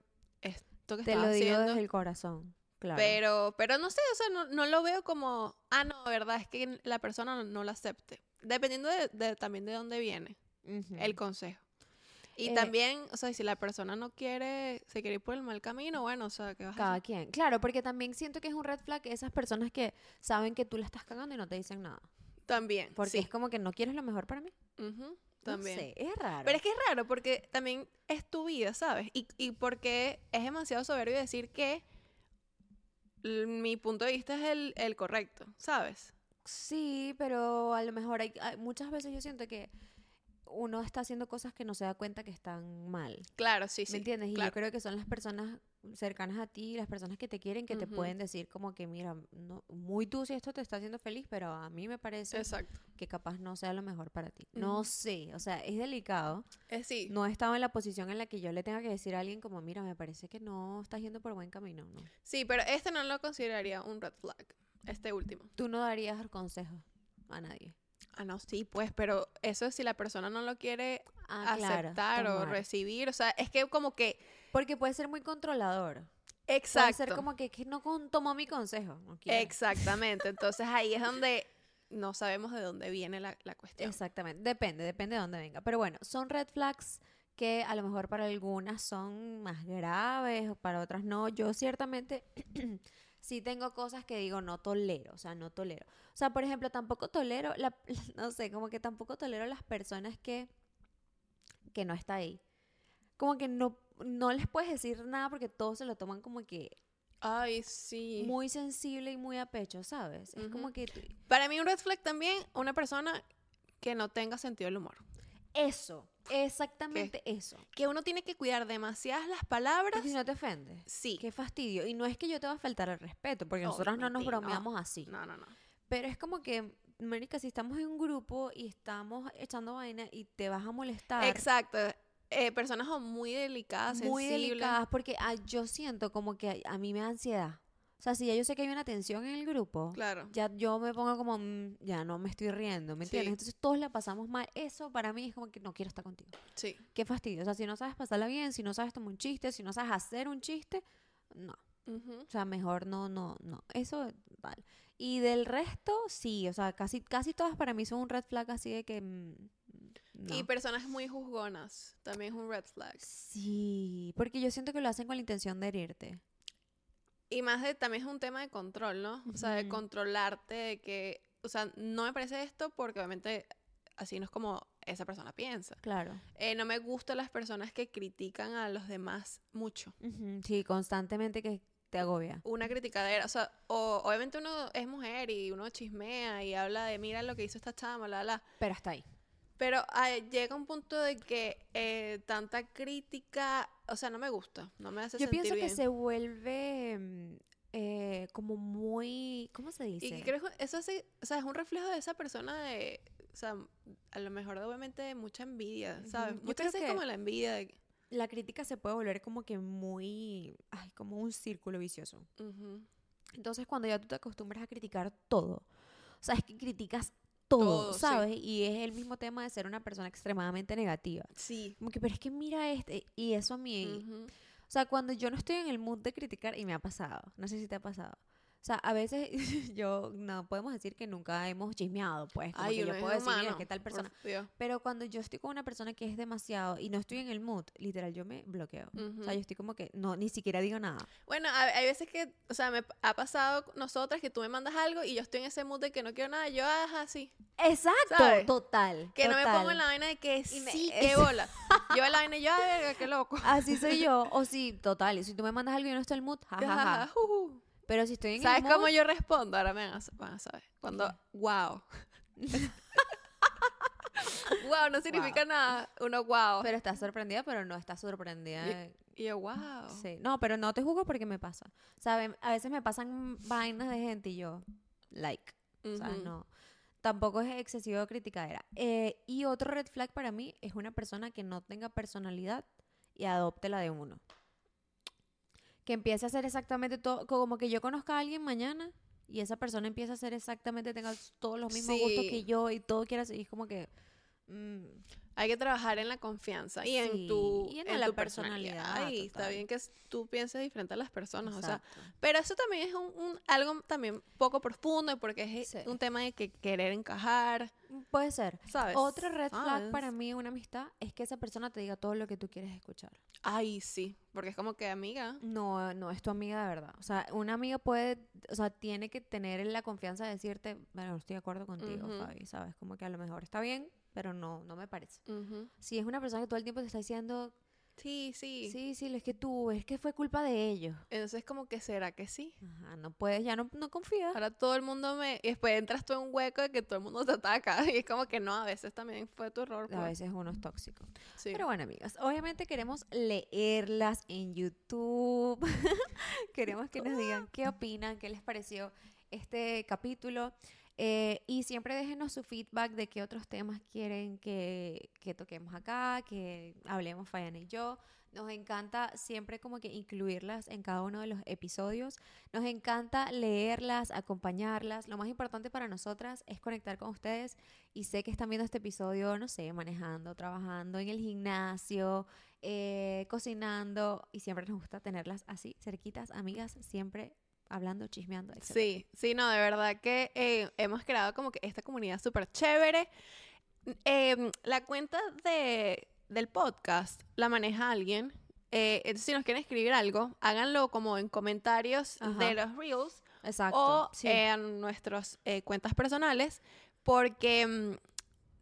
Speaker 2: es- esto que
Speaker 1: Te
Speaker 2: estaba
Speaker 1: lo digo
Speaker 2: haciendo.
Speaker 1: desde el corazón, claro.
Speaker 2: Pero, pero no sé, o sea, no, no lo veo como, ah, no, verdad, es que la persona no, no lo acepte. Dependiendo de, de- también de dónde viene
Speaker 1: Ujú.
Speaker 2: el consejo. Y
Speaker 1: Eh,
Speaker 2: también, o sea, si la persona no quiere, se quiere ir por el mal camino, bueno, o sea, que vas a
Speaker 1: Cada
Speaker 2: hacer?
Speaker 1: quien. Claro, porque también siento que es un red flag esas personas que saben que tú la estás cagando y no te dicen nada.
Speaker 2: También,
Speaker 1: Porque
Speaker 2: sí.
Speaker 1: es como que no quieres lo mejor para mí.
Speaker 2: Ujú,
Speaker 1: No
Speaker 2: también.
Speaker 1: sé, es raro.
Speaker 2: Pero es que es raro porque también es tu vida, ¿sabes? Y, y porque es demasiado soberbio decir que l- mi punto de vista es el, el correcto, ¿sabes?
Speaker 1: Sí, pero a lo mejor hay, hay- muchas veces yo siento que uno está haciendo cosas que no se da cuenta que están mal.
Speaker 2: Claro, sí, sí.
Speaker 1: ¿Me entiendes? Y
Speaker 2: claro.
Speaker 1: yo creo que son las personas cercanas a ti, las personas que te quieren, que te
Speaker 2: Ujú.
Speaker 1: pueden decir como que, mira, no, muy tú si esto te está haciendo feliz, pero a mí me parece
Speaker 2: Exacto.
Speaker 1: que capaz no sea lo mejor para ti. No
Speaker 2: Ujú.
Speaker 1: sé, o sea, es delicado.
Speaker 2: Eh, sí,
Speaker 1: No he estado en la posición en la que yo le tenga que decir a alguien como, mira, me parece que no estás yendo por buen camino, ¿no?
Speaker 2: sí, pero este no lo consideraría un red flag, este último.
Speaker 1: Tú no darías consejos a nadie.
Speaker 2: Ah, no, sí, pues, pero eso es si la persona no lo quiere
Speaker 1: Ah, claro,
Speaker 2: aceptar o
Speaker 1: tomar.
Speaker 2: recibir, o sea, es que como que...
Speaker 1: Porque puede ser muy controlador.
Speaker 2: Exacto.
Speaker 1: Puede ser como que, que no con- tomó mi consejo. no quiero.
Speaker 2: Exactamente, entonces ahí es donde no sabemos de dónde viene la, la cuestión.
Speaker 1: Exactamente. Depende, depende de dónde venga. Pero bueno, son red flags que a lo mejor para algunas son más graves, o para otras no. Yo ciertamente sí tengo cosas que digo no tolero, o sea, no tolero. O sea, por ejemplo, tampoco tolero, la, no sé, como que tampoco tolero las personas que, que no está ahí. Como que no, no les puedes decir nada porque todos se lo toman como que
Speaker 2: Ay, sí.
Speaker 1: muy sensible y muy a pecho, ¿sabes? Es como
Speaker 2: Ujú.
Speaker 1: que tú-
Speaker 2: Para mí un red flag también, una persona que no tenga sentido del humor.
Speaker 1: eso, exactamente eso.
Speaker 2: Que uno tiene que cuidar demasiadas las palabras.
Speaker 1: Porque si no te ofendes.
Speaker 2: Sí.
Speaker 1: Qué fastidio. Y no es que yo te va a faltar el respeto, porque
Speaker 2: Obvio,
Speaker 1: nosotros no nos
Speaker 2: mentira, no.
Speaker 1: bromeamos así.
Speaker 2: No, no, no.
Speaker 1: Pero es como que, Mónica, si estamos en un grupo y estamos echando vaina y te vas a molestar.
Speaker 2: Exacto. Eh, personas o muy delicadas,
Speaker 1: muy
Speaker 2: sensibles.
Speaker 1: delicadas, porque ah, yo siento como que a, a mí me da ansiedad. O sea, si ya yo sé que hay una tensión en el grupo,
Speaker 2: Claro.
Speaker 1: ya yo me pongo como, "Mm, ya no me estoy riendo, ¿me
Speaker 2: Sí.
Speaker 1: entiendes? Entonces todos la pasamos mal. Eso para mí es como que no quiero estar contigo.
Speaker 2: Sí.
Speaker 1: Qué fastidio. O sea, si no sabes pasarla bien, si no sabes tomar un chiste, si no sabes hacer un chiste, no.
Speaker 2: Ujú.
Speaker 1: O sea, mejor no, no, no. Eso, vale. Y del resto, sí. O sea, casi, casi todas para mí son un red flag así de que. mm, no.
Speaker 2: Y personas muy juzgonas. También es un red flag.
Speaker 1: Sí, porque yo siento que lo hacen con la intención de herirte.
Speaker 2: Y más de, también es un tema de control, ¿no? O sea, de
Speaker 1: Ujú.
Speaker 2: controlarte, de que, o sea, no me parece esto porque obviamente así no es como esa persona piensa.
Speaker 1: Claro.
Speaker 2: Eh, no me gustan las personas que critican a los demás mucho.
Speaker 1: Sí, constantemente que te agobia.
Speaker 2: una criticadera, o sea, o- obviamente uno es mujer y uno chismea y habla de mira lo que hizo esta chama, la la,
Speaker 1: Pero hasta ahí.
Speaker 2: pero ah, llega un punto de que eh, tanta crítica, o sea, no me gusta, no me hace
Speaker 1: Yo
Speaker 2: sentir
Speaker 1: pienso que
Speaker 2: bien.
Speaker 1: se vuelve mm, eh, como muy. ¿Cómo se dice?
Speaker 2: y que creo que eso hace- o sea, es un reflejo de esa persona de, o sea, a lo mejor obviamente de mucha envidia, ¿sabes?
Speaker 1: Ujú. Yo
Speaker 2: Muchas
Speaker 1: creo
Speaker 2: veces
Speaker 1: que-
Speaker 2: como la envidia de que-
Speaker 1: La crítica se puede volver como que muy. Ay, como un círculo vicioso.
Speaker 2: Ujú.
Speaker 1: Entonces, cuando ya tú te acostumbras a criticar todo, o sea, es que criticas todo,
Speaker 2: Todo, sí.
Speaker 1: ¿sabes? Y es el mismo tema de ser una persona extremadamente negativa.
Speaker 2: Sí.
Speaker 1: Como que, pero es que mira este, y eso a mí.
Speaker 2: Ujú.
Speaker 1: O sea, cuando yo no estoy en el mood de criticar, y me ha pasado, no sé si te ha pasado. O sea, a veces yo no podemos decir que nunca hemos chismeado, pues. Como
Speaker 2: Ay,
Speaker 1: que
Speaker 2: uno
Speaker 1: yo
Speaker 2: es
Speaker 1: puedo decir, mira,
Speaker 2: humano,
Speaker 1: qué tal
Speaker 2: por
Speaker 1: persona.
Speaker 2: Dios.
Speaker 1: Pero cuando yo estoy con una persona que es demasiado y no estoy en el mood, literal, yo me bloqueo. O
Speaker 2: Ujú.
Speaker 1: sea, yo estoy como que no, ni siquiera digo nada.
Speaker 2: Bueno, a- hay veces que, o sea, me ha pasado con nosotras que tú me mandas algo y yo estoy en ese mood de que no quiero nada, yo, ajá, sí.
Speaker 1: Exacto,
Speaker 2: ¿Sabes?
Speaker 1: total.
Speaker 2: Que no me pongo
Speaker 1: total.
Speaker 2: en la vaina de que
Speaker 1: Y me-
Speaker 2: sí, qué
Speaker 1: es-
Speaker 2: bola. Yo en la vaina y yo, ay, verga, qué loco.
Speaker 1: Así soy yo. O sí, total. y Si tú me mandas algo y yo no estoy en el mood,
Speaker 2: Yo,
Speaker 1: jajaja.
Speaker 2: ajá, juju.
Speaker 1: Pero si estoy en
Speaker 2: ¿Sabes
Speaker 1: el mood.
Speaker 2: cómo yo respondo? Ahora me van a, sa- van a saber. Cuando,
Speaker 1: ¿Qué?
Speaker 2: wow. wow, no significa nada. Uno, wow.
Speaker 1: Pero estás sorprendida, pero no estás sorprendida.
Speaker 2: Y-
Speaker 1: eh,
Speaker 2: y yo, wow.
Speaker 1: Sí. No, pero no te juzgo porque me pasa. ¿Saben? A veces me pasan vainas de gente y yo, like. O sea,
Speaker 2: Ujú.
Speaker 1: no. Tampoco es excesivo de criticadera. Eh, y otro red flag para mí es una persona que no tenga personalidad y adopte la de uno. Que empiece a hacer exactamente todo, como que yo conozca a alguien mañana y esa persona empieza a hacer exactamente, tenga todos los mismos gustos
Speaker 2: Sí.
Speaker 1: que yo y todo quiera hacer. Y es como que, Mm,
Speaker 2: Hay que trabajar en la confianza y
Speaker 1: Sí,
Speaker 2: en tu,
Speaker 1: y en la
Speaker 2: tu
Speaker 1: personalidad,
Speaker 2: Y está
Speaker 1: total.
Speaker 2: bien que s- tú pienses diferente a las personas, o sea,
Speaker 1: exacto.
Speaker 2: pero eso también es un, un- algo también poco profundo porque es
Speaker 1: Sí.
Speaker 2: un tema de que querer encajar,
Speaker 1: Mm, Puede ser.
Speaker 2: ¿sabes?
Speaker 1: Otra red flag
Speaker 2: ¿Sabes?
Speaker 1: para mí en una amistad es que esa persona te diga todo lo que tú quieres escuchar.
Speaker 2: Ay, sí, porque es como que amiga,
Speaker 1: No, no, es tu amiga de verdad. O sea, una amiga puede, o sea, tiene que tener la confianza de decirte, bueno, no estoy de acuerdo contigo,
Speaker 2: Ujú.
Speaker 1: Fabi, ¿sabes? Como que a lo mejor está bien, pero no, no me parece.
Speaker 2: ujú.
Speaker 1: Si es una persona que todo el tiempo te está diciendo,
Speaker 2: Sí, sí,
Speaker 1: Mm. sí, sí, es que tú, es que fue culpa de ellos.
Speaker 2: Entonces como que será que sí.
Speaker 1: Ajá, no puedes, ya no, no confías.
Speaker 2: Ahora todo el mundo me... Y después entras tú en un hueco de que todo el mundo te ataca. Y es como que no, a veces también fue tu error.
Speaker 1: A
Speaker 2: pues.
Speaker 1: veces uno es tóxico.
Speaker 2: Sí.
Speaker 1: Pero bueno, amigas, obviamente queremos leerlas en YouTube. queremos que nos digan qué opinan, qué les pareció este capítulo. Eh, y siempre déjenos su feedback de qué otros temas quieren que, que toquemos acá, que hablemos Fayana y yo. Nos encanta siempre como que incluirlas en cada uno de los episodios. Nos encanta leerlas, acompañarlas. Lo más importante para nosotras es conectar con ustedes y sé que están viendo este episodio, no sé, manejando, trabajando en el gimnasio, eh, cocinando, y siempre nos gusta tenerlas así, cerquitas, amigas, siempre hablando, chismeando, etc.
Speaker 2: Sí, sí, no, de verdad que eh, hemos creado como que esta comunidad súper chévere. Eh, la cuenta de, del podcast la maneja alguien. Eh, entonces, si nos quieren escribir algo, háganlo como en comentarios
Speaker 1: Ajá.
Speaker 2: de los reels
Speaker 1: Exacto.
Speaker 2: o
Speaker 1: sí.
Speaker 2: en nuestras eh, cuentas personales, porque mm,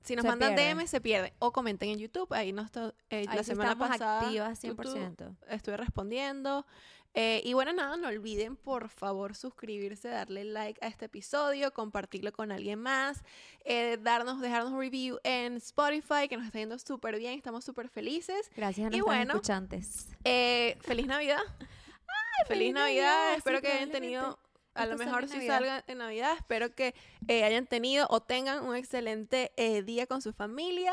Speaker 2: si nos
Speaker 1: Se
Speaker 2: mandan
Speaker 1: pierde.
Speaker 2: DM se pierde. O comenten en YouTube, ahí, nos to- eh,
Speaker 1: Ahí
Speaker 2: la
Speaker 1: sí
Speaker 2: semana
Speaker 1: estamos
Speaker 2: pasada
Speaker 1: activas
Speaker 2: tú- tú-
Speaker 1: 100%.
Speaker 2: estuve respondiendo. Eh, y bueno, nada, no olviden por favor suscribirse, darle like a este episodio, compartirlo con alguien más, eh, darnos, dejarnos un review en Spotify, que nos está yendo súper bien, estamos súper felices.
Speaker 1: Gracias a
Speaker 2: Y
Speaker 1: nuestros
Speaker 2: bueno,
Speaker 1: escuchantes.
Speaker 2: Eh, feliz Navidad.
Speaker 1: feliz
Speaker 2: feliz Navidad,
Speaker 1: Navidad, sí,
Speaker 2: espero que hayan tenido...
Speaker 1: probablemente.
Speaker 2: A
Speaker 1: Esto
Speaker 2: lo
Speaker 1: sale
Speaker 2: mejor
Speaker 1: en
Speaker 2: si
Speaker 1: Navidad.
Speaker 2: salgan en Navidad, espero que eh, hayan tenido o tengan un excelente eh, día con su familia.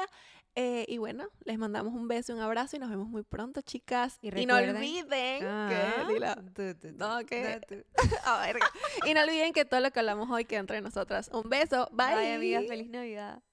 Speaker 2: Eh, y bueno, les mandamos un beso, un abrazo y nos vemos muy pronto, chicas.
Speaker 1: Y
Speaker 2: Y, no
Speaker 1: recuerden-
Speaker 2: olviden
Speaker 1: Ah,
Speaker 2: que... Lila,
Speaker 1: tú, tú, tú,
Speaker 2: no, que-
Speaker 1: tú, tú.
Speaker 2: Ah, verga. Y no olviden que todo lo que hablamos hoy queda entre nosotras. Un beso. Bye.
Speaker 1: Bye, amigas, feliz Navidad.